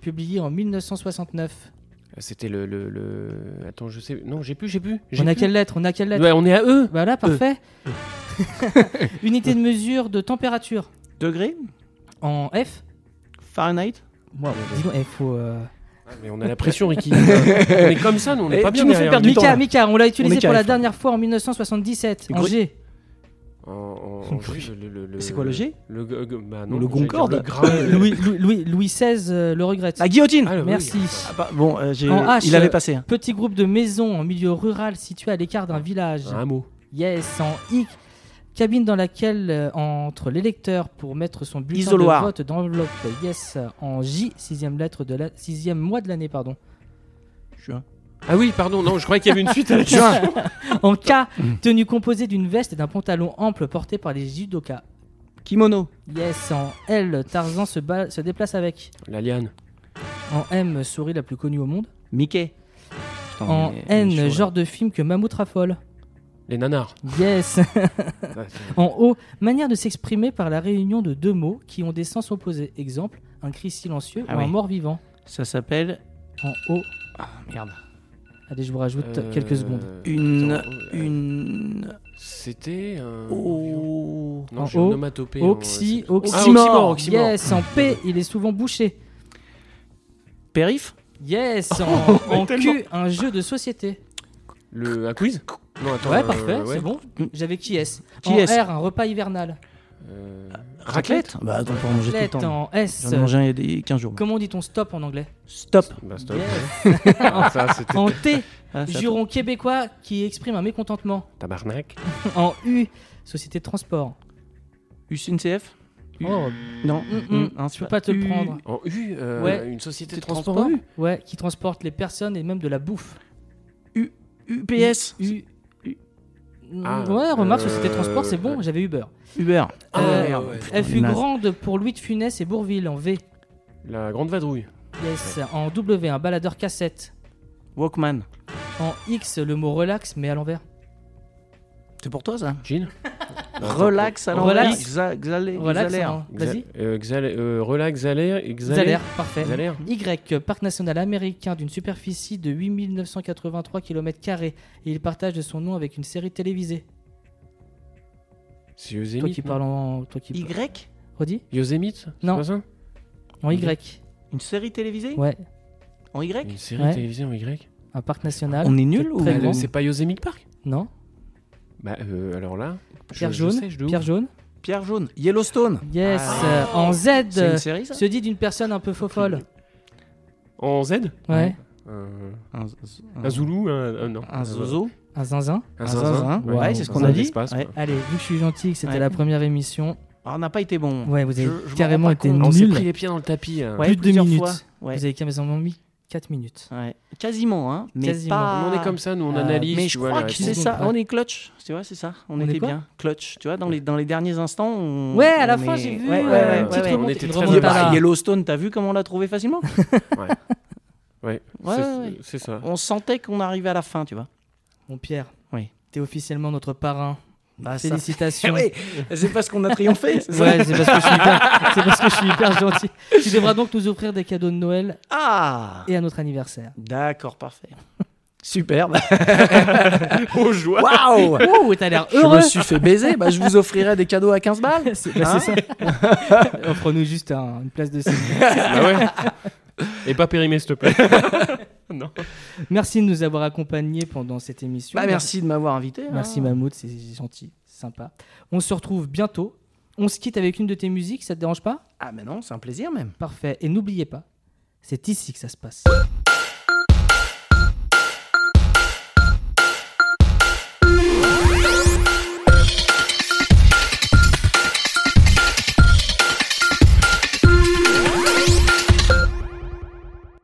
S2: publié en 1969.
S3: C'était le, le, le- Attends, je sais. Non, j'ai plus, j'ai plus. j'ai
S2: On a
S3: plus.
S2: quelle lettre On a quelle lettre
S3: Ouais, on est à E. eux.
S2: Voilà, parfait. [LAUGHS] Unité de mesure de température
S4: degré
S2: en F.
S4: Fahrenheit
S2: Moi, dis donc, eh, faut, euh,
S3: Ah, mais on a la pression, Ricky. on est comme ça, nous, on est
S4: Eh,
S3: pas
S4: tu
S3: bien.
S4: nous fais
S3: derrière.
S4: perdre du temps.
S2: Mika, Mika, on l'a utilisé
S4: est
S2: pour la
S4: carré.
S2: dernière fois en 1977. En
S4: Gru-
S2: G.
S3: En- en- en jeu, le- le- le-
S4: C'est quoi, le G
S3: Le, g- g- bah non,
S4: Le
S3: j'allais dire
S4: Concorde
S3: le grain,
S4: [LAUGHS]
S3: le-
S2: Louis, Louis- Louis- Louis XVI euh, le regrette.
S4: La guillotine
S3: Ah, le- oui,
S2: Merci.
S4: Ah bah, Bon, euh, j'ai-
S2: En H,
S4: il avait
S2: euh,
S4: passé. hein.
S2: Petit groupe de maisons en milieu rural situé à l'écart d'un village.
S3: Un mot.
S2: Yes, en I. Cabine dans laquelle euh, entre l'électeur pour mettre son bulletin
S4: Isoloir.
S2: de vote d'enveloppe. Yes, en J, sixième lettre de la sixième mois de l'année, pardon.
S4: Juin.
S3: Ah oui, pardon, non, je croyais qu'il y avait une suite à la
S4: [LAUGHS] Juin.
S2: [LAUGHS] En K, tenue composée d'une veste et d'un pantalon ample porté par les judokas.
S4: Kimono.
S2: Yes, en L, Tarzan se, ba- se déplace avec.
S3: La liane.
S2: En M, souris la plus connue au monde.
S4: Mickey. Putain,
S2: En
S4: on est- on est
S2: N,
S4: chaud, là.
S2: genre de film que Mammouth raffole.
S3: Les nanars.
S2: Yes.
S4: [LAUGHS]
S3: Ah,
S2: En haut, manière de s'exprimer par la réunion de deux mots qui ont des sens opposés. Exemple, un cri silencieux
S4: Ah
S2: ou un
S4: oui.
S2: mort vivant.
S4: Ça s'appelle.
S2: En haut,
S4: Ah merde.
S2: allez, je vous rajoute
S3: euh,
S2: quelques secondes.
S4: Une-
S3: attends, oh, euh,
S4: Une.
S3: C'était un.
S4: Oh.
S3: Non,
S2: En
S3: j'ai
S2: haut.
S3: onomatopée. en-
S2: Oxy,
S3: c'est-
S2: oxy.
S3: Ah, oxymore, oxymore.
S2: Yes, en P, il est souvent bouché.
S4: Périph
S2: Yes,
S4: [LAUGHS]
S2: en, en Q, un jeu de société.
S3: Le, un quiz Non, attends.
S2: Ouais,
S3: euh,
S2: parfait,
S3: ouais.
S2: c'est bon. J'avais qui est
S4: Mm. Qui
S2: En
S4: est-ce
S2: R, un repas hivernal.
S3: Euh, raclette
S4: Raclette Bah, attends, on peut en manger tout le
S2: Athlète
S4: temps.
S2: en S.
S4: J'en ai mangé un il y a 15 jours.
S2: Comment dit-on stop en
S4: [LAUGHS]
S2: anglais
S4: Stop.
S3: Bah, stop.
S2: Yes.
S3: [LAUGHS] Ah, ça,
S4: [LAUGHS]
S3: c'était.
S2: En T,
S4: Ah, ça-
S2: juron québécois qui exprime un mécontentement.
S3: Tabarnak.
S2: En U, société de transport.
S4: UNCF
S2: Oh,
S4: Non.
S2: Mm, mm. je
S4: non, c'est
S2: peux
S4: pas-
S2: pas te le
S4: U-
S2: prendre.
S3: En U, euh,
S2: Ouais.
S3: une société
S4: De
S3: de transport, en
S4: transport
S3: U.
S2: Ouais, qui transporte les personnes et même de la bouffe.
S4: UPS
S2: U.
S4: U-
S2: Mm,
S3: Ah,
S2: ouais, remarque,
S3: euh,
S2: société de transport, c'est bon, j'avais Uber.
S4: Uber.
S2: Ah,
S4: Euh,
S3: ouais, ouais.
S2: Elle fut
S4: naze.
S2: grande pour Louis de Funès et Bourville en V.
S3: La grande vadrouille.
S2: Yes, en W, un baladeur cassette.
S4: Walkman.
S2: En X, le mot relax, mais à l'envers.
S4: C'est pour toi ça
S3: Jean
S4: Relax à l'envers.
S2: Relax.
S4: Xa- xalé-
S2: Relax,
S4: xalaire.
S2: en- vas-y.
S3: euh, relax, Xalaire.
S2: Zalaire, parfait.
S3: Xalaire.
S2: Y, parc national américain d'une superficie de 8983 km. Et il partage de son nom avec une série télévisée.
S3: C'est
S2: Toi
S3: Yosemite.
S2: qui
S3: non
S2: parles en. Toi qui...
S4: Y
S2: Redis
S3: Yosemite c'est
S2: Non.
S3: pas ça
S2: En Y.
S4: Une série télévisée
S2: Ouais,
S4: En Y
S3: Une série
S2: Ouais.
S3: télévisée en Y
S2: un parc national.
S4: On est nul ou-
S2: Très
S3: Ah,
S2: grand.
S3: le- C'est pas Yosemite Park
S2: Non
S3: Bah euh, alors là. je-
S2: Pierre
S3: je
S2: jaune.
S3: sais, je dois où
S2: Pierre jaune.
S4: Pierre jaune. Yellowstone.
S2: Yes. euh,
S4: Ah.
S2: en Z,
S4: C'est
S2: euh,
S4: une série ça
S2: se dit d'une personne un peu fofolle.
S3: En Z
S2: Ouais.
S3: Euh,
S4: un,
S3: Un Zoulou un, un- non.
S4: un zozo.
S2: Un zinzin.
S3: Un
S4: un
S3: zinzin.
S4: zinzin.
S2: Ouais,
S4: c'est ce
S3: un
S4: qu'on
S3: zinzin
S4: a dit.
S3: d'espace, quoi.
S4: Ouais.
S2: Allez, vu que je suis gentil, que c'était
S4: Ouais.
S2: la première émission.
S4: Ah, on n'a pas été bon.
S2: Ouais, vous avez
S4: Je- je m'en
S2: carrément
S4: rends
S2: été
S4: pas compte.
S3: On s'est
S2: nul.
S3: pris les pieds dans le tapis. hein.
S2: plus de deux
S4: plusieurs
S2: minutes.
S4: fois. Ouais.
S2: Vous avez quasiment mis 4 minutes.
S4: Ouais. Quasiment, hein. Mais
S2: Quasiment.
S4: pas.
S3: On est comme ça, nous on
S2: Ah,
S3: analyse.
S4: Euh, Mais
S3: tu
S4: je
S3: vois,
S4: crois
S3: les
S4: que
S3: réponses.
S4: c'est ça.
S2: Ouais.
S4: On est clutch. Tu vois, c'est ça. On,
S2: On est
S4: était
S2: quoi
S4: bien. Clutch. Tu vois, dans les, dans les derniers instants, on.
S2: Ouais, à la
S4: on
S2: fin,
S4: est-
S2: j'ai vu.
S4: Ouais,
S2: euh,
S4: ouais,
S2: une
S4: ouais.
S2: petite
S4: ouais.
S3: on
S2: remonte-
S3: était
S2: une
S3: très
S4: Bah,
S2: remontada.
S4: Yellowstone, t'as vu comment on l'a trouvé facilement
S3: Ouais,
S4: Ouais,
S3: c'est-
S4: ouais, ouais.
S3: [LAUGHS] c'est ça.
S4: On sentait qu'on arrivait à la fin, tu vois.
S2: Mon Pierre,
S4: Oui.
S2: t'es officiellement notre parrain.
S4: Bah, ça-
S2: Félicitations.
S4: Eh [LAUGHS] oui, c'est parce qu'on a triomphé. c'est ça
S2: Ouais, c'est parce, que je suis hyper- c'est parce que je suis hyper gentil. Tu devras donc nous offrir des cadeaux de Noël
S4: Ah
S2: et à notre anniversaire.
S4: D'accord, parfait. Superbe.
S3: Aux joies.
S4: Waouh
S2: Ouh, t'as l'air
S4: [LAUGHS] Je me
S2: heureux.
S4: suis fait baiser, bah, je vous offrirai des cadeaux à 15
S2: [LAUGHS]
S4: balles.
S2: C'est bah, c'est ça. [LAUGHS] Offre-nous juste un- une place de cinéma. [LAUGHS]
S3: Bah ouais. Et pas périmé, s'il te plaît. non.
S2: Merci de nous avoir accompagnés pendant cette émission.
S4: Bah, merci de m'avoir invité. hein.
S2: Merci Mahmoud, c'est gentil, c'est sympa. On se retrouve bientôt. On se quitte avec une de tes musiques, ça te dérange pas
S4: Ah, mais non, c'est un plaisir même.
S2: Parfait. Et n'oubliez pas, c'est ici que ça se passe.